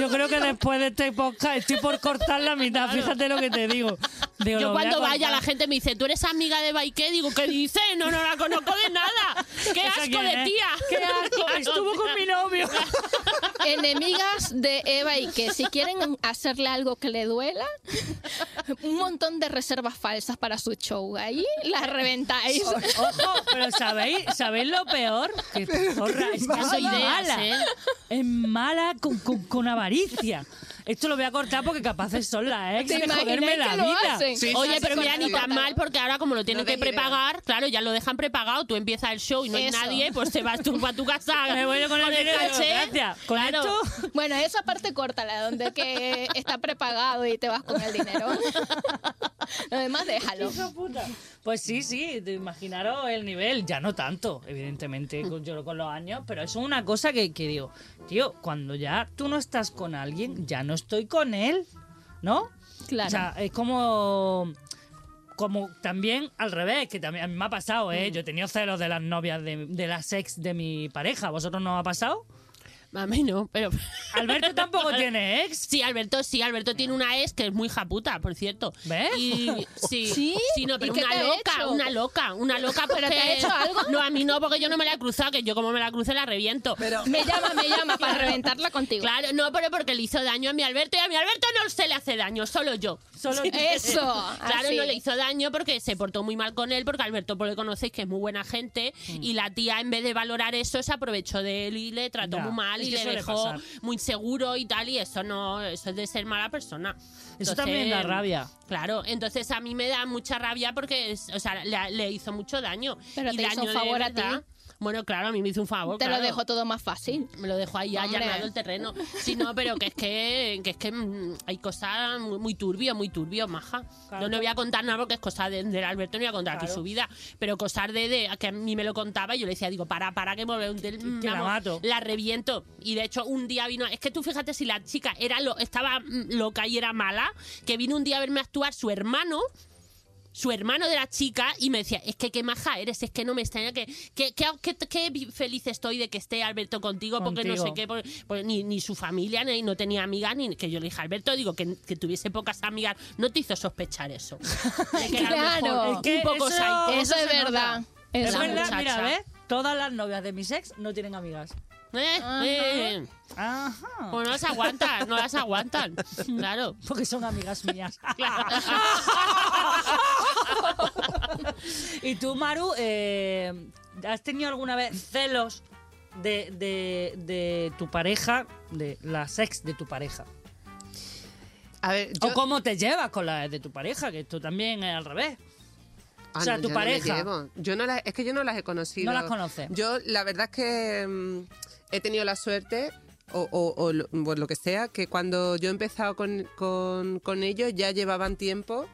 Speaker 3: Yo creo que después de este podcast estoy por cortar la mitad, fíjate lo que te digo. Digo, lo
Speaker 4: Yo
Speaker 3: voy a
Speaker 4: cuando
Speaker 3: cortar.
Speaker 4: vaya la gente me dice, ¿tú eres amiga de Baike? Digo, ¿qué dice? No, no la conozco de nada. ¡Qué
Speaker 3: ¿Esa
Speaker 4: asco
Speaker 3: quién
Speaker 4: de
Speaker 3: es?
Speaker 4: tía!
Speaker 3: ¡Qué asco! Estuvo con mi novio.
Speaker 5: Enemigas de Eva y que si quieren hacerle algo que le duela, un montón de reservas falsas para su show. Ahí la reventáis.
Speaker 3: Ojo, pero ¿sabéis, ¿sabéis lo peor? Que zorra, es que
Speaker 4: mal.
Speaker 3: soy
Speaker 4: Ideas,
Speaker 3: mala.
Speaker 4: ¿eh?
Speaker 3: Es mala con, con- con avaricia. Esto lo voy a cortar porque capaces son las ex
Speaker 5: ¿Te
Speaker 3: de
Speaker 5: imagináis
Speaker 3: joderme la
Speaker 5: que lo
Speaker 3: vida.
Speaker 5: hacen?
Speaker 6: Sí,
Speaker 4: Oye, pero mira, ni tan
Speaker 5: Cortalo.
Speaker 4: mal porque ahora como lo tienen
Speaker 6: No te
Speaker 4: que prepagar, claro, ya lo dejan prepagado, tú empiezas el show y no
Speaker 5: Eso.
Speaker 4: hay nadie, pues te vas tú para tu casa.
Speaker 3: Me voy yo con el dinero,
Speaker 4: caché.
Speaker 3: gracias. Con
Speaker 4: Claro.
Speaker 3: esto-
Speaker 5: Bueno, esa parte córtala, donde que está prepagado y te vas con el dinero. Lo demás déjalo.
Speaker 3: Pues sí, sí, te imaginaros el nivel, ya no tanto, evidentemente,
Speaker 5: Hmm.
Speaker 3: con, yo con los años, pero eso es una cosa que, que digo, tío, cuando ya tú no estás con alguien, ya no estoy con él, ¿no?
Speaker 5: Claro.
Speaker 3: O sea, es como. Como también al revés, que también a mí me ha pasado,
Speaker 5: Hmm.
Speaker 3: ¿eh? Yo he tenido celos de las novias, de, de las ex de mi pareja. ¿Vosotros no os ha pasado?
Speaker 4: Mami, no, pero...
Speaker 3: Alberto tampoco tiene ex.
Speaker 4: Sí, Alberto, sí, Alberto tiene una ex que es muy japuta, por cierto.
Speaker 3: ¿Ves?
Speaker 4: Y, sí,
Speaker 5: ¿Sí?
Speaker 4: no, pero
Speaker 5: ¿Y qué
Speaker 4: una
Speaker 5: te ha
Speaker 4: loca,
Speaker 5: hecho?
Speaker 4: una loca, una loca.
Speaker 5: ¿Pero te ha
Speaker 4: porque-
Speaker 5: hecho algo?
Speaker 4: No, a mí no, porque yo no me la he cruzado, que yo como me la cruce la reviento.
Speaker 5: Me llama, me llama para reventarla contigo.
Speaker 4: Claro, no, pero porque le hizo daño a mi Alberto y a mi Alberto no se le hace daño, solo yo.
Speaker 3: Solo
Speaker 5: Eso.
Speaker 4: Claro,
Speaker 5: así.
Speaker 4: no le hizo daño porque se portó muy mal con él, porque Alberto, por lo que conocéis, que es muy buena gente, y la tía, en vez de valorar eso, se aprovechó de él y le trató
Speaker 3: Ya,
Speaker 4: muy mal
Speaker 3: es
Speaker 4: y
Speaker 3: que
Speaker 4: le
Speaker 3: suele
Speaker 4: dejó
Speaker 3: pasar.
Speaker 4: muy inseguro y tal, y eso no, eso es de ser mala persona.
Speaker 3: Eso también da rabia.
Speaker 4: Claro, entonces a mí me da mucha rabia porque, es- o sea, le, le hizo mucho daño.
Speaker 5: Pero
Speaker 4: Y
Speaker 5: te hizo
Speaker 4: daño de
Speaker 5: un favor a ti.
Speaker 4: verdad. Bueno, claro, a mí me hizo un favor.
Speaker 5: Te lo
Speaker 4: claro
Speaker 5: dejo todo más fácil.
Speaker 4: me lo dejo ahí
Speaker 5: Hombre.
Speaker 4: allanado el terreno. Sí, no, pero que es que, que es que mm, hay cosas muy, muy turbio, muy turbio, maja.
Speaker 3: Claro.
Speaker 4: No, no voy a contar nada porque es cosa de- del Alberto, no voy a contar aquí
Speaker 3: Claro.
Speaker 4: su vida. Pero cosas de, de- que a mí me lo contaba y yo le decía, digo, para, para, que me voy a- mm,
Speaker 3: que la mato.
Speaker 4: la reviento. Y de hecho, un día vino, es que tú fíjate si la chica era lo, estaba mm, loca y era mala, que vino un día a verme actuar su hermano su hermano de la chica y me decía, es que qué maja eres, es que no me extraña que, que, que, que- que vi- feliz estoy de que esté Alberto contigo, porque no sé
Speaker 3: Contigo.
Speaker 4: qué, por- por- ni, ni su familia, ni no tenía amigas, ni que yo le dije, Alberto, digo, que, que tuviese pocas amigas, no te hizo sospechar eso. De que a lo
Speaker 5: Claro.
Speaker 4: mejor
Speaker 5: Es
Speaker 3: que
Speaker 4: un poco
Speaker 3: eso-
Speaker 4: psycho.
Speaker 5: Eso
Speaker 3: se
Speaker 5: es verdad.
Speaker 3: nota.
Speaker 5: Eso
Speaker 3: Es
Speaker 4: Esa
Speaker 3: verdad,
Speaker 4: muchacha.
Speaker 3: mira, ¿ves? Todas las novias de mis ex no tienen amigas.
Speaker 4: Eh,
Speaker 5: Ajá.
Speaker 4: eh,
Speaker 3: Ajá.
Speaker 4: pues no las aguantan, no las aguantan. Claro.
Speaker 3: Porque son amigas mías. y tú, Maru, eh, ¿has tenido alguna vez celos de, de- de tu pareja, de las ex de tu pareja?
Speaker 6: A ver, yo,
Speaker 3: ¿O cómo te llevas con las ex de tu pareja? Que esto también es al revés.
Speaker 6: Ah,
Speaker 3: o sea,
Speaker 6: no,
Speaker 3: tu
Speaker 6: yo no me
Speaker 3: pareja.
Speaker 6: llevo. yo no las, es que yo no las he conocido.
Speaker 3: No las conoces.
Speaker 6: Yo la verdad es que mm, he tenido la suerte o, o- o lo, bueno, lo que sea que cuando yo he empezado con, con- con ellos ya llevaban tiempo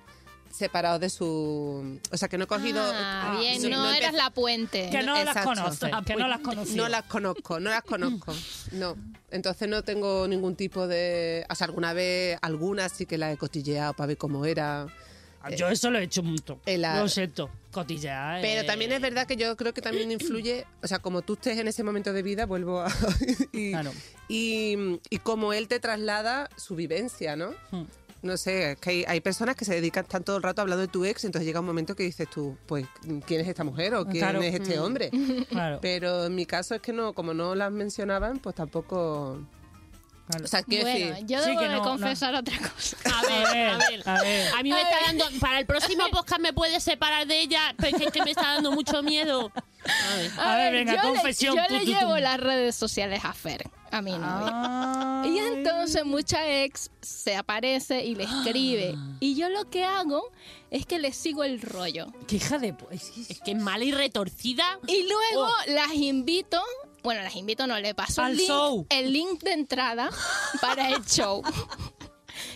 Speaker 6: separados de su, o sea que no he cogido.
Speaker 5: Ah, bien,
Speaker 6: sí,
Speaker 5: no,
Speaker 6: he
Speaker 5: eras
Speaker 6: empezado-
Speaker 5: la pues, puente.
Speaker 3: Que no las
Speaker 6: Exacto.
Speaker 3: conoces. Que no las conoces.
Speaker 6: No las conozco, no las conozco. No. Entonces no tengo ningún tipo de. O sea, alguna vez, algunas sí que las he cotilleado para ver cómo era.
Speaker 3: Yo eso lo he hecho mucho.
Speaker 6: el a-
Speaker 3: Lo siento. Cotillear.
Speaker 6: Pero
Speaker 3: eh,
Speaker 6: también es verdad que yo creo que también influye, o sea, como tú estés en ese momento de vida, vuelvo a... y,
Speaker 3: Claro.
Speaker 6: y, y como él te traslada su vivencia, ¿no?
Speaker 3: Hmm.
Speaker 6: No sé, es que hay, hay personas que se dedican tan todo el rato hablando de tu ex, entonces llega un momento que dices tú, pues, ¿quién es esta mujer o quién
Speaker 3: Claro. Hmm.
Speaker 6: es este hombre?
Speaker 3: Claro.
Speaker 6: Pero en mi caso es que no, como no las mencionaban, pues tampoco...
Speaker 3: claro.
Speaker 6: O sea, quiero
Speaker 5: Bueno,
Speaker 6: decir...
Speaker 5: yo
Speaker 3: Sí,
Speaker 5: debo
Speaker 3: que
Speaker 5: de
Speaker 3: no, no.
Speaker 5: confesar otra cosa.
Speaker 4: A ver, a ver.
Speaker 3: a ver.
Speaker 4: A mí me está dando, para el próximo podcast me puedes separar de ella, pero es que- que me está dando mucho miedo. A ver.
Speaker 3: A ver, venga,
Speaker 5: yo le-
Speaker 3: confesión,
Speaker 5: yo
Speaker 3: tú,
Speaker 5: le
Speaker 3: tú, tú.
Speaker 5: llevo las redes sociales a Fer, a mi novio. Y entonces mucha ex se aparece y le escribe. Y yo lo que hago es que le sigo el rollo.
Speaker 3: Qué hija de. pu- es que-
Speaker 4: Es que es mala y retorcida.
Speaker 5: Y luego
Speaker 4: Oh.
Speaker 5: las invito, bueno, las invito, no, le paso
Speaker 3: Al
Speaker 5: el link,
Speaker 3: show.
Speaker 5: el link de entrada para el show.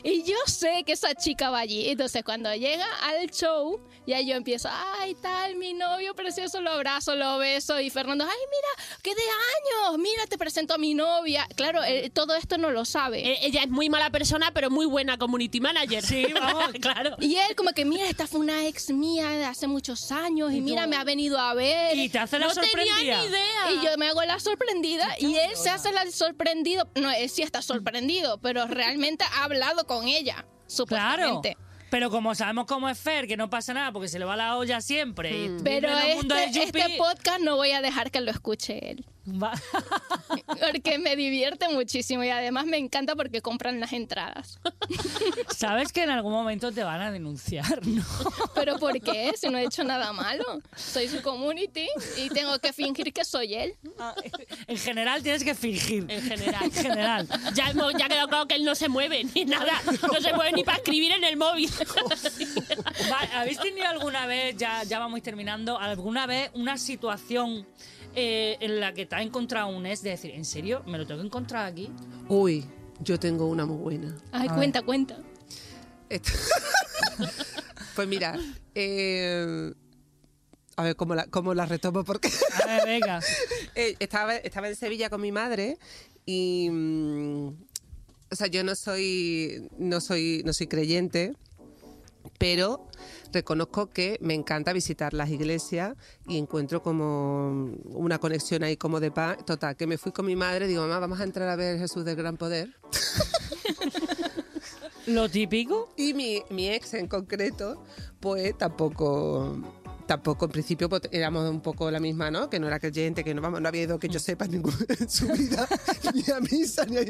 Speaker 5: Y yo sé que esa chica va allí. Entonces, cuando llega al show, ya yo empiezo, ay, tal, mi novio precioso, lo abrazo, lo beso. Y Fernando, ay, mira, qué de años, mira, te presento a mi novia. Claro, él todo esto no lo sabe.
Speaker 4: Eh, Ella es muy mala persona, pero muy buena community manager.
Speaker 3: Sí, vamos.
Speaker 4: claro.
Speaker 5: Y él como que, mira, esta fue una ex mía de hace muchos años y mira, me ha venido a ver.
Speaker 3: Y te hace la
Speaker 4: no
Speaker 3: sorprendida.
Speaker 4: tenía ni idea.
Speaker 5: Y yo me hago la sorprendida y él se hace la sorprendido. No, él sí está sorprendido, pero realmente ha hablado con ella,
Speaker 3: Claro.
Speaker 5: supuestamente.
Speaker 3: Pero como sabemos cómo es Fer, que no pasa nada porque se le va la olla siempre. y vive
Speaker 5: Hmm. Pero
Speaker 3: en el mundo
Speaker 5: este,
Speaker 3: del yuppie,
Speaker 5: este podcast no voy a dejar que lo escuche él.
Speaker 3: Va-
Speaker 5: Porque me divierte muchísimo y además me encanta porque compran las entradas.
Speaker 3: Sabes que en algún momento te van a denunciar, ¿no?
Speaker 5: ¿Pero por qué? Si no he hecho nada malo. Soy su community y tengo que fingir que soy él.
Speaker 3: En general tienes que fingir.
Speaker 4: En general.
Speaker 3: En general.
Speaker 4: Ya, hemos- ya ha quedado claro que él no se mueve ni nada. No se mueve ni para escribir en el móvil.
Speaker 3: Vale, ¿Habéis tenido alguna vez, ya, ya vamos terminando, alguna vez una situación eh, en la que te ha encontrado un es de decir, ¿en serio? ¿Me lo tengo que encontrar aquí?
Speaker 6: Uy, yo tengo una muy buena.
Speaker 5: Ay, cuenta, cuenta.
Speaker 6: Esto- pues mira, eh, a ver cómo la, cómo la retomo porque...
Speaker 3: A ver, venga.
Speaker 6: Eh, estaba, estaba en Sevilla con mi madre y. mm, o sea, yo no soy, no soy, no soy creyente, pero reconozco que me encanta visitar las iglesias y encuentro como una conexión ahí como de paz. Total, que me fui con mi madre, digo, mamá, vamos a entrar a ver Jesús del Gran Poder.
Speaker 3: ¿Lo típico?
Speaker 6: Y mi, mi ex en concreto, pues tampoco, tampoco en principio pues, éramos un poco la misma, ¿no? Que no era creyente, que no, vamos, no había ido que yo sepa en ningún- en su vida, ni a misa, ni a...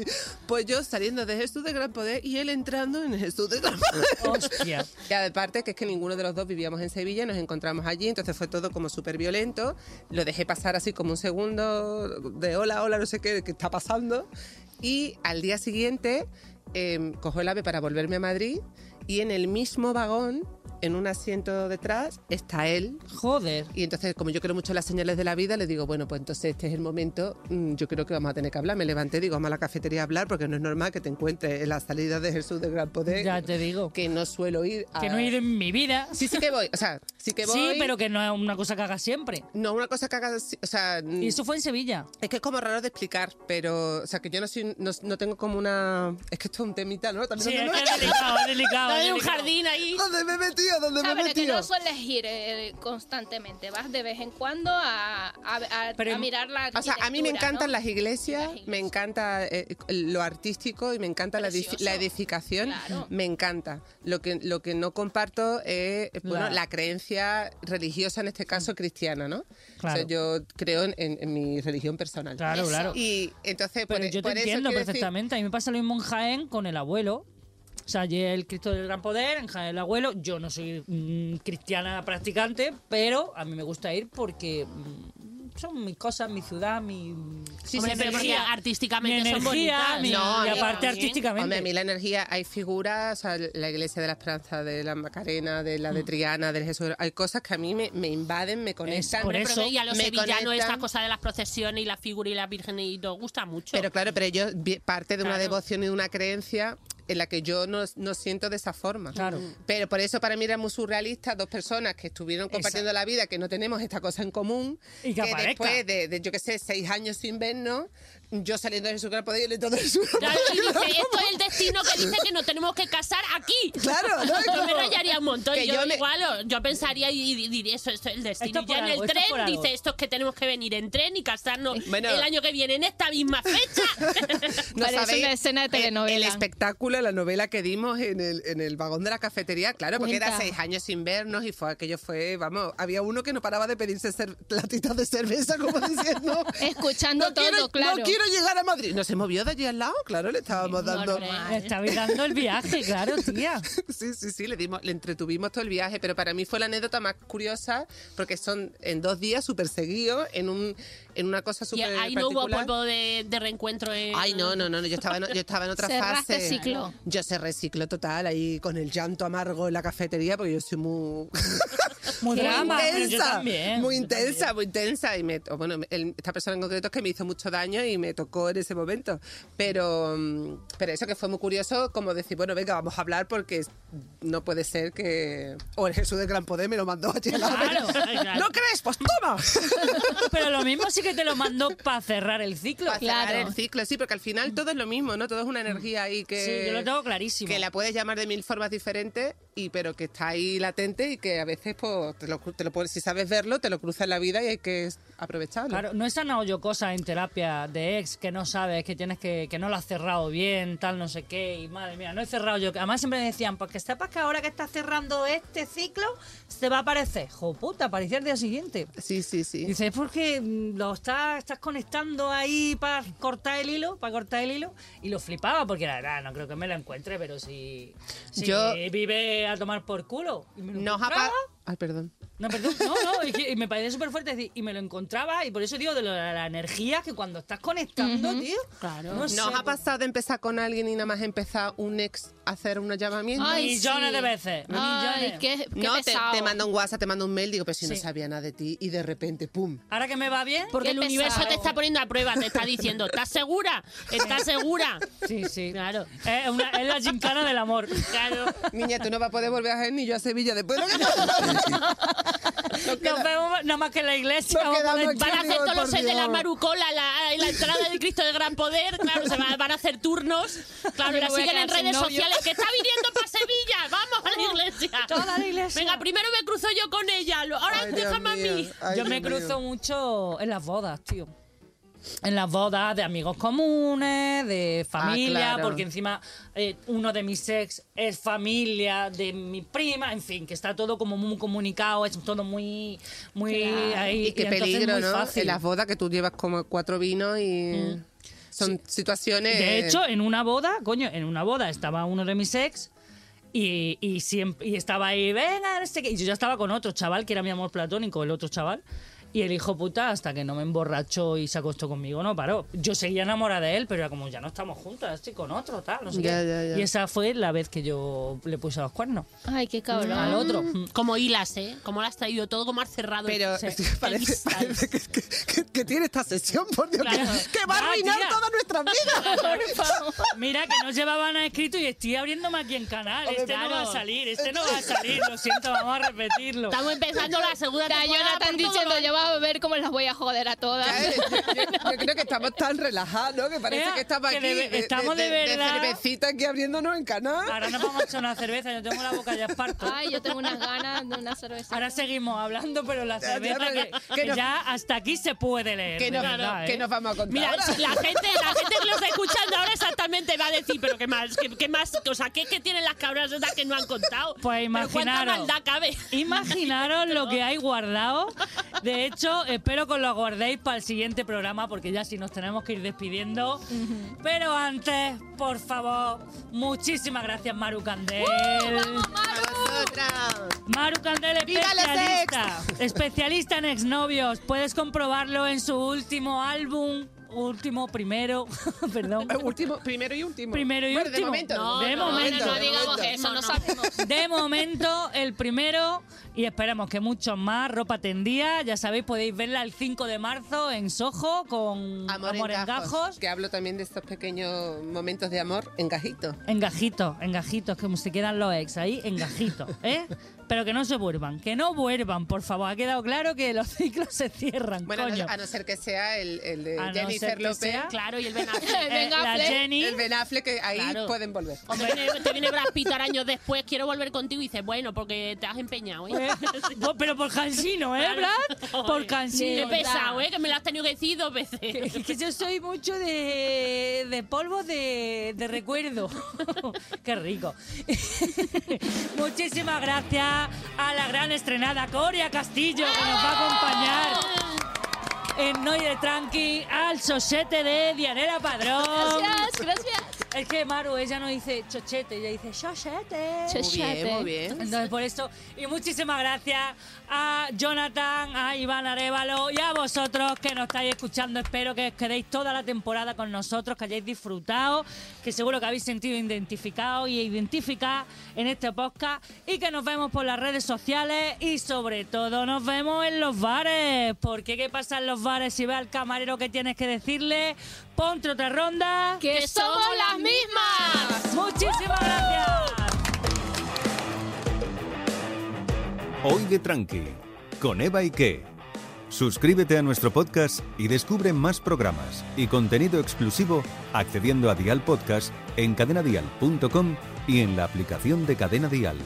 Speaker 6: Pues yo saliendo de Jesús de Gran Poder y él entrando en Jesús de Gran Poder.
Speaker 3: Hostia.
Speaker 6: Y aparte que es que ninguno de los dos vivíamos en Sevilla, nos encontramos allí, entonces fue todo como súper violento. Lo dejé pasar así como un segundo de hola, hola, no sé qué, qué está pasando. Y al día siguiente em, cojo el ave para volverme a Madrid y en el mismo vagón, en un asiento detrás, está él.
Speaker 3: Joder.
Speaker 6: Y entonces, como yo creo mucho en las señales de la vida, le digo, bueno, pues entonces este es el momento, mm, yo creo que vamos a tener que hablar. Me levanté, digo, vamos a la cafetería a hablar porque no es normal que te encuentres en la salida de Jesús del Gran Poder.
Speaker 3: Ya te digo.
Speaker 6: Que no suelo ir a...
Speaker 3: Que no he ido en mi vida.
Speaker 6: Sí, sí que voy. O sea, sí que voy.
Speaker 3: Sí, pero que no es una cosa que haga siempre.
Speaker 6: No, una cosa que hagas. O sea.
Speaker 3: Y eso fue en Sevilla.
Speaker 6: Es que es como raro de explicar, pero. O sea, que yo no soy. No, no tengo como una. Es que esto es un temita, ¿no? También
Speaker 3: Sí,
Speaker 6: no,
Speaker 3: es
Speaker 6: no,
Speaker 3: que es delicado, es delicado.
Speaker 4: Hay
Speaker 3: es
Speaker 4: un
Speaker 3: delicado.
Speaker 4: jardín ahí.
Speaker 6: ¿Dónde me he metido? ¿Dónde me he
Speaker 5: Sabes que
Speaker 6: metido?
Speaker 5: no sueles ir eh, constantemente, vas de vez en cuando a, a, a-
Speaker 3: Pero-
Speaker 5: a mirar la
Speaker 6: O sea, a mí me
Speaker 5: arquitectura,
Speaker 6: encantan
Speaker 5: ¿no?
Speaker 6: las iglesias,
Speaker 5: Las iglesias.
Speaker 6: me encanta eh, lo artístico y me encanta la, edifi-
Speaker 5: Precioso.
Speaker 6: la edificación,
Speaker 5: Claro.
Speaker 6: me encanta. Lo que, lo que no comparto es eh, bueno,
Speaker 3: La-
Speaker 6: la creencia religiosa, en este caso cristiana, ¿no?
Speaker 3: Claro.
Speaker 6: O sea, yo creo en, en- en mi religión personal.
Speaker 3: Claro, claro.
Speaker 6: Y entonces,
Speaker 3: Pero
Speaker 6: por, e-
Speaker 3: yo te
Speaker 6: por eso
Speaker 3: entiendo
Speaker 6: quiero decir-
Speaker 3: perfectamente. A mí me pasa lo mismo en Jaén con el abuelo. O sea, allí el Cristo del Gran Poder, en Jaén el abuelo. Yo no soy mm, cristiana practicante, pero a mí me gusta ir porque mm, son mis cosas, mi ciudad, mi.
Speaker 6: Sí,
Speaker 4: Hombre,
Speaker 6: sí,
Speaker 4: pero porque
Speaker 6: energía.
Speaker 3: mi
Speaker 4: artísticamente son
Speaker 3: energía,
Speaker 4: bonitas.
Speaker 3: mi-
Speaker 6: No,
Speaker 3: y
Speaker 6: a mí
Speaker 3: aparte
Speaker 4: también.
Speaker 3: artísticamente.
Speaker 6: Hombre, a mí la energía, hay figuras, o sea, la iglesia de la Esperanza, de la Macarena, de
Speaker 3: Mm.
Speaker 6: la de Triana, del Jesús, hay cosas que a mí me, me invaden, me conectan.
Speaker 3: por
Speaker 6: me
Speaker 3: eso.
Speaker 4: Pero y a los
Speaker 6: me
Speaker 4: sevillanos
Speaker 6: conectan.
Speaker 4: esta cosa de las procesiones y la figura y la virgen y nos gusta mucho.
Speaker 6: Pero claro, pero yo vi- parte de una
Speaker 4: Claro.
Speaker 6: devoción y de una creencia en la que yo no, no siento de esa forma. Mm.
Speaker 3: Claro.
Speaker 6: Pero por eso para mí era muy surrealista dos personas que estuvieron compartiendo la vida, que no tenemos esta cosa en común,
Speaker 3: Y que aparezca.
Speaker 6: después de, de, yo qué sé, seis años sin vernos, yo saliendo de su gran poder y él entrando en su gran
Speaker 4: Claro, y
Speaker 6: poder.
Speaker 4: dice, esto es el destino que dice que nos tenemos que casar aquí.
Speaker 6: Claro, ¿no? Es
Speaker 4: Yo me
Speaker 6: como-
Speaker 4: rayaría un montón.
Speaker 6: que
Speaker 4: Yo,
Speaker 6: yo me-
Speaker 4: igual, o- yo pensaría y y diría, eso, eso es el destino.
Speaker 3: Esto
Speaker 4: ya
Speaker 3: por
Speaker 4: en
Speaker 3: algo,
Speaker 4: el
Speaker 3: esto
Speaker 4: tren
Speaker 3: por algo.
Speaker 4: dice, esto es que tenemos que venir en tren y casarnos
Speaker 6: Bueno.
Speaker 4: el año que viene en esta misma fecha.
Speaker 5: Parece una escena de
Speaker 6: eh, el-
Speaker 5: telenovela.
Speaker 6: El, espectáculo, la novela que dimos en el, en el vagón de la cafetería, claro, porque era
Speaker 5: Cuenta.
Speaker 6: seis años sin vernos y fue aquello fue, vamos, había uno que no paraba de pedirse cer- latitas de cerveza, como diciendo.
Speaker 5: Escuchando todo,
Speaker 6: quiero,
Speaker 5: claro.
Speaker 6: No quiero llegar a Madrid. No se movió de allí al lado, claro, le estábamos dando.
Speaker 5: ¿eh?
Speaker 3: Me estabais dando el viaje, claro, tía.
Speaker 6: Sí, sí, sí, le, dimos, le entretuvimos todo el viaje, pero para mí fue la anécdota más curiosa porque son en dos días súper seguidos, en, un, en una cosa
Speaker 4: Y
Speaker 6: súper.
Speaker 4: ahí no hubo
Speaker 6: particular.
Speaker 4: polvo de, de reencuentro. en-
Speaker 6: Ay, no, no, no, no, yo estaba en, yo estaba en otra
Speaker 5: Cerraste
Speaker 6: fase.
Speaker 5: ciclo.
Speaker 6: Yo se reciclo total ahí con el llanto amargo en la cafetería porque yo soy muy.
Speaker 3: Muy drama, pero yo
Speaker 6: intensa,
Speaker 3: también.
Speaker 6: muy
Speaker 3: yo
Speaker 6: intensa, muy intensa. Y me, o bueno, el- esta persona en concreto es que me hizo mucho daño y me tocó en ese momento. Pero, mm, pero eso que fue muy curioso, como decir, bueno, venga, vamos a hablar porque no puede ser que. O el Jesús del Gran Poder me lo mandó allí a la
Speaker 3: Claro, claro.
Speaker 6: ¿No crees? Pues toma.
Speaker 3: también. Pero lo mismo sí que te lo mandó para cerrar el ciclo.
Speaker 6: Para cerrar el ciclo, sí, porque al final todo es lo mismo, ¿no? Todo es una energía ahí que.
Speaker 3: Sí, yo lo tengo clarísimo.
Speaker 6: Que la puedes llamar de mil formas diferentes, y pero que está ahí latente y que a veces pues, te lo, cru- te lo puedes- si sabes verlo, te lo cruza en la vida y hay que s- aprovecharlo.
Speaker 3: Claro, no he sanado yo cosas en terapia de ex que no sabes, que tienes que, que no lo has cerrado bien, tal, no sé qué, y madre mía, no he cerrado yo. Además siempre me decían, pues que sepas que ahora que estás cerrando este ciclo, se va a aparecer. Jo puta, aparecía el día siguiente.
Speaker 6: Sí, sí, sí.
Speaker 3: Dice, es porque mm, lo está- estás conectando ahí para cortar el hilo, para cortar el hilo, y lo flipaba porque la verdad no creo que me lo encuentre, pero si, si
Speaker 6: Yo-
Speaker 3: vive a tomar por culo. Y me lo
Speaker 6: Nos ha
Speaker 3: encontraba,
Speaker 6: pa- Ay, perdón.
Speaker 3: no, perdón, no, no, es que me parecía súper fuerte es decir, y me lo encontraba y por eso digo de lo- la, la energía que cuando estás conectando, tío.
Speaker 4: Claro.
Speaker 3: no
Speaker 6: ¿Nos
Speaker 3: sé, pues.
Speaker 6: ha pasado de empezar con alguien y nada más empezar un ex a hacer un llamamiento?
Speaker 5: Ay,
Speaker 3: millones
Speaker 5: sí.
Speaker 3: de veces,
Speaker 5: Ay,
Speaker 3: millones.
Speaker 5: qué, qué
Speaker 6: no, te,
Speaker 5: pesado.
Speaker 6: te manda un WhatsApp, te manda un mail, digo, pero si no
Speaker 3: Sí.
Speaker 6: sabía nada de ti y de repente, ¡pum!
Speaker 3: Ahora que me va bien,
Speaker 4: Porque
Speaker 5: Qué
Speaker 4: el universo
Speaker 5: pesado.
Speaker 4: te está poniendo a prueba, te está diciendo, ¿estás segura? ¿Estás segura?
Speaker 3: sí, sí,
Speaker 4: Claro.
Speaker 3: Es, una- es la gincana del amor.
Speaker 4: Claro.
Speaker 6: Niña, tú no vas a poder volver a ni yo a Sevilla después de lo que nos- nos
Speaker 3: Nos
Speaker 6: queda-
Speaker 3: vemos nada más que en la iglesia.
Speaker 6: Nos
Speaker 3: vamos a
Speaker 6: quedamos
Speaker 3: poner-
Speaker 6: aquí.
Speaker 4: Van a hacer
Speaker 6: Dios,
Speaker 4: todos los
Speaker 6: por
Speaker 4: sets de la
Speaker 6: Dios.
Speaker 4: marucola, la, la entrada del Cristo de Gran Poder, claro, se va- van a hacer turnos. Claro,
Speaker 5: Yo
Speaker 4: y la
Speaker 5: me voy a
Speaker 4: siguen en
Speaker 5: quedar sin
Speaker 4: redes
Speaker 5: novio.
Speaker 4: sociales, que está viniendo para Sevilla, vamos a la iglesia.
Speaker 3: toda la iglesia.
Speaker 4: Venga, primero me cruzo yo con ella, lo- ahora
Speaker 6: Ay, Dios
Speaker 4: déjame a
Speaker 6: mío,
Speaker 4: mí.
Speaker 6: ay,
Speaker 3: Yo
Speaker 6: Dios
Speaker 3: me
Speaker 6: mío.
Speaker 3: cruzo mucho en las bodas, tío. En las bodas de amigos comunes, de familia,
Speaker 6: Ah, claro.
Speaker 3: porque encima eh, uno de mis ex es familia de mi prima, en fin, que está todo como muy comunicado, es todo muy, muy ahí.
Speaker 6: Y qué
Speaker 3: entonces es
Speaker 6: peligro,
Speaker 3: muy
Speaker 6: ¿no?
Speaker 3: fácil. Mm.
Speaker 6: En las bodas que tú llevas como cuatro vinos y son situaciones...
Speaker 3: De hecho, en una boda, coño, en una boda estaba uno de mis ex y, y, siempre, y estaba ahí, venga, no sé qué. Y yo ya estaba con otro chaval, que era mi amor platónico, el otro chaval. Y el hijo puta, hasta que no me emborrachó y se acostó conmigo, no paró. Yo seguía enamorada de él, pero era como, ya no estamos juntas, estoy con otro, tal, no sé
Speaker 6: Ya,
Speaker 3: qué.
Speaker 6: ya, ya.
Speaker 3: Y esa fue la vez que yo le puse los cuernos.
Speaker 5: Ay, qué cabrón.
Speaker 3: Al otro.
Speaker 4: Como hilas, ¿eh? Como lo has traído todo, como has cerrado. el-
Speaker 6: Pero
Speaker 4: Sí.
Speaker 6: parece,
Speaker 4: cristal.
Speaker 6: parece que, que- que- que tiene esta sesión, por Dios, que-
Speaker 3: Claro.
Speaker 6: que, va a
Speaker 3: Ah,
Speaker 6: arruinar
Speaker 3: tía.
Speaker 6: todas nuestras vidas.
Speaker 3: Mira, que no llevaba nada escrito y estoy abriéndome aquí en canal.
Speaker 4: Hombre,
Speaker 3: Este no va a
Speaker 4: claro.
Speaker 3: salir, este no va a salir, lo siento, vamos a repetirlo.
Speaker 4: Estamos empezando la segunda
Speaker 5: Está
Speaker 4: temporada.
Speaker 5: Jonathan
Speaker 4: por todo
Speaker 5: diciendo,
Speaker 4: lo-
Speaker 5: yo vas a ver cómo las voy a joder a todas.
Speaker 6: yo, yo creo que estamos tan relajados, ¿no? Que parece
Speaker 3: Vea,
Speaker 6: que estamos
Speaker 3: que
Speaker 6: aquí eh,
Speaker 3: de- estamos de verdad.
Speaker 6: cervecita aquí abriéndonos en canal.
Speaker 3: Ahora nos vamos a echar una cerveza, yo tengo la boca ya esparto.
Speaker 5: Ay, yo tengo unas ganas de una cerveza.
Speaker 3: Ahora seguimos hablando, pero la
Speaker 6: Ya, ya,
Speaker 3: cerveza
Speaker 6: pero
Speaker 3: que,
Speaker 6: que
Speaker 3: que
Speaker 6: no-
Speaker 3: ya hasta aquí se puede leer.
Speaker 6: Que
Speaker 3: de
Speaker 6: nos,
Speaker 3: verdad,
Speaker 6: que
Speaker 3: ¿eh?
Speaker 6: nos vamos a contar
Speaker 4: Mira,
Speaker 6: ahora?
Speaker 4: si la gente, la gente que lo está escuchando ahora exactamente va a decir, pero qué más, qué, qué más, o sea, ¿qué, qué tienen las cabras esas que no han contado?
Speaker 3: Pues
Speaker 4: Pero ¿Cuánta
Speaker 3: imaginaros.
Speaker 4: maldad cabe?
Speaker 3: Imaginaros lo que hay guardado. De hecho, espero que os lo guardéis para el siguiente programa, porque ya sí nos tenemos que ir despidiendo. Pero antes, por favor, muchísimas gracias, Maru Candel. Maru Candel,
Speaker 6: ¡Viva los
Speaker 3: especialista, especialista en exnovios. Puedes comprobarlo en su último álbum, último, primero, perdón.
Speaker 6: Último, primero y último.
Speaker 3: Primero y
Speaker 6: Bueno,
Speaker 3: último.
Speaker 6: De momento.
Speaker 3: No,
Speaker 4: de
Speaker 5: Bueno,
Speaker 3: momento,
Speaker 5: no
Speaker 6: de
Speaker 5: digamos
Speaker 6: momento.
Speaker 5: eso,
Speaker 4: No, no.
Speaker 5: no, sabemos.
Speaker 3: De momento, el primero, y esperamos que muchos más, ropa tendía. Ya sabéis, podéis verla el 5 de marzo en Soho con Amor, en Gajos.
Speaker 6: Que hablo también de estos pequeños momentos de amor en gajitos.
Speaker 3: En gajitos, en gajitos, como se quedan los ex ahí, en gajitos, ¿eh? Pero que no se vuelvan, que no vuelvan, por favor. Ha quedado claro que los ciclos se cierran,
Speaker 6: Bueno, a no-
Speaker 3: coño.
Speaker 6: a no ser que sea el, el de
Speaker 3: A no ser
Speaker 6: Jennifer
Speaker 3: que
Speaker 6: López,
Speaker 3: sea-
Speaker 4: Claro, y el Ben Affleck.
Speaker 3: Eh,
Speaker 5: Ben
Speaker 3: la
Speaker 5: Affleck.
Speaker 3: Jenny,
Speaker 6: el Ben Affleck, que ahí
Speaker 4: Claro.
Speaker 6: pueden volver.
Speaker 4: Hombre, te viene- te viene Brad Pitt ahora años después, quiero volver contigo y dices, bueno, porque te has empeñado, ¿eh?
Speaker 3: ¿eh? Vos, pero por cansino, ¿eh, Brad? Por
Speaker 4: Qué
Speaker 3: cansino.
Speaker 4: pesado, ¿eh? Que me lo has tenido que decir dos veces.
Speaker 3: Es que yo soy mucho de, de polvo de, de recuerdo. Qué rico. Muchísimas gracias a la gran estrenada Coria Castillo que nos va a acompañar en Noire Tranqui al sosete de Dianela Padrón.
Speaker 5: Gracias, gracias.
Speaker 3: Es que Maru, ella no dice chochete, ella dice sosete.
Speaker 5: Chochate.
Speaker 6: bien.
Speaker 3: Entonces, por eso, y muchísimas gracias a Jonathan, a Iván Arevalo y a vosotros que nos estáis escuchando. Espero que os quedéis toda la temporada con nosotros, que hayáis disfrutado, que seguro que habéis sentido identificado y identificado en este podcast y que nos vemos por las redes sociales y sobre todo nos vemos en los bares. Porque ¿qué pasa en los bares si ve al camarero que tienes que decirle? Ponte otra ronda.
Speaker 5: Que somos las mismas.
Speaker 3: Muchísimas gracias.
Speaker 2: Hoy de Tranqui, con Eva Ike. Suscríbete a nuestro podcast y descubre más programas y contenido exclusivo accediendo a Dial Podcast en cadenadial.com y en la aplicación de Cadena Dial.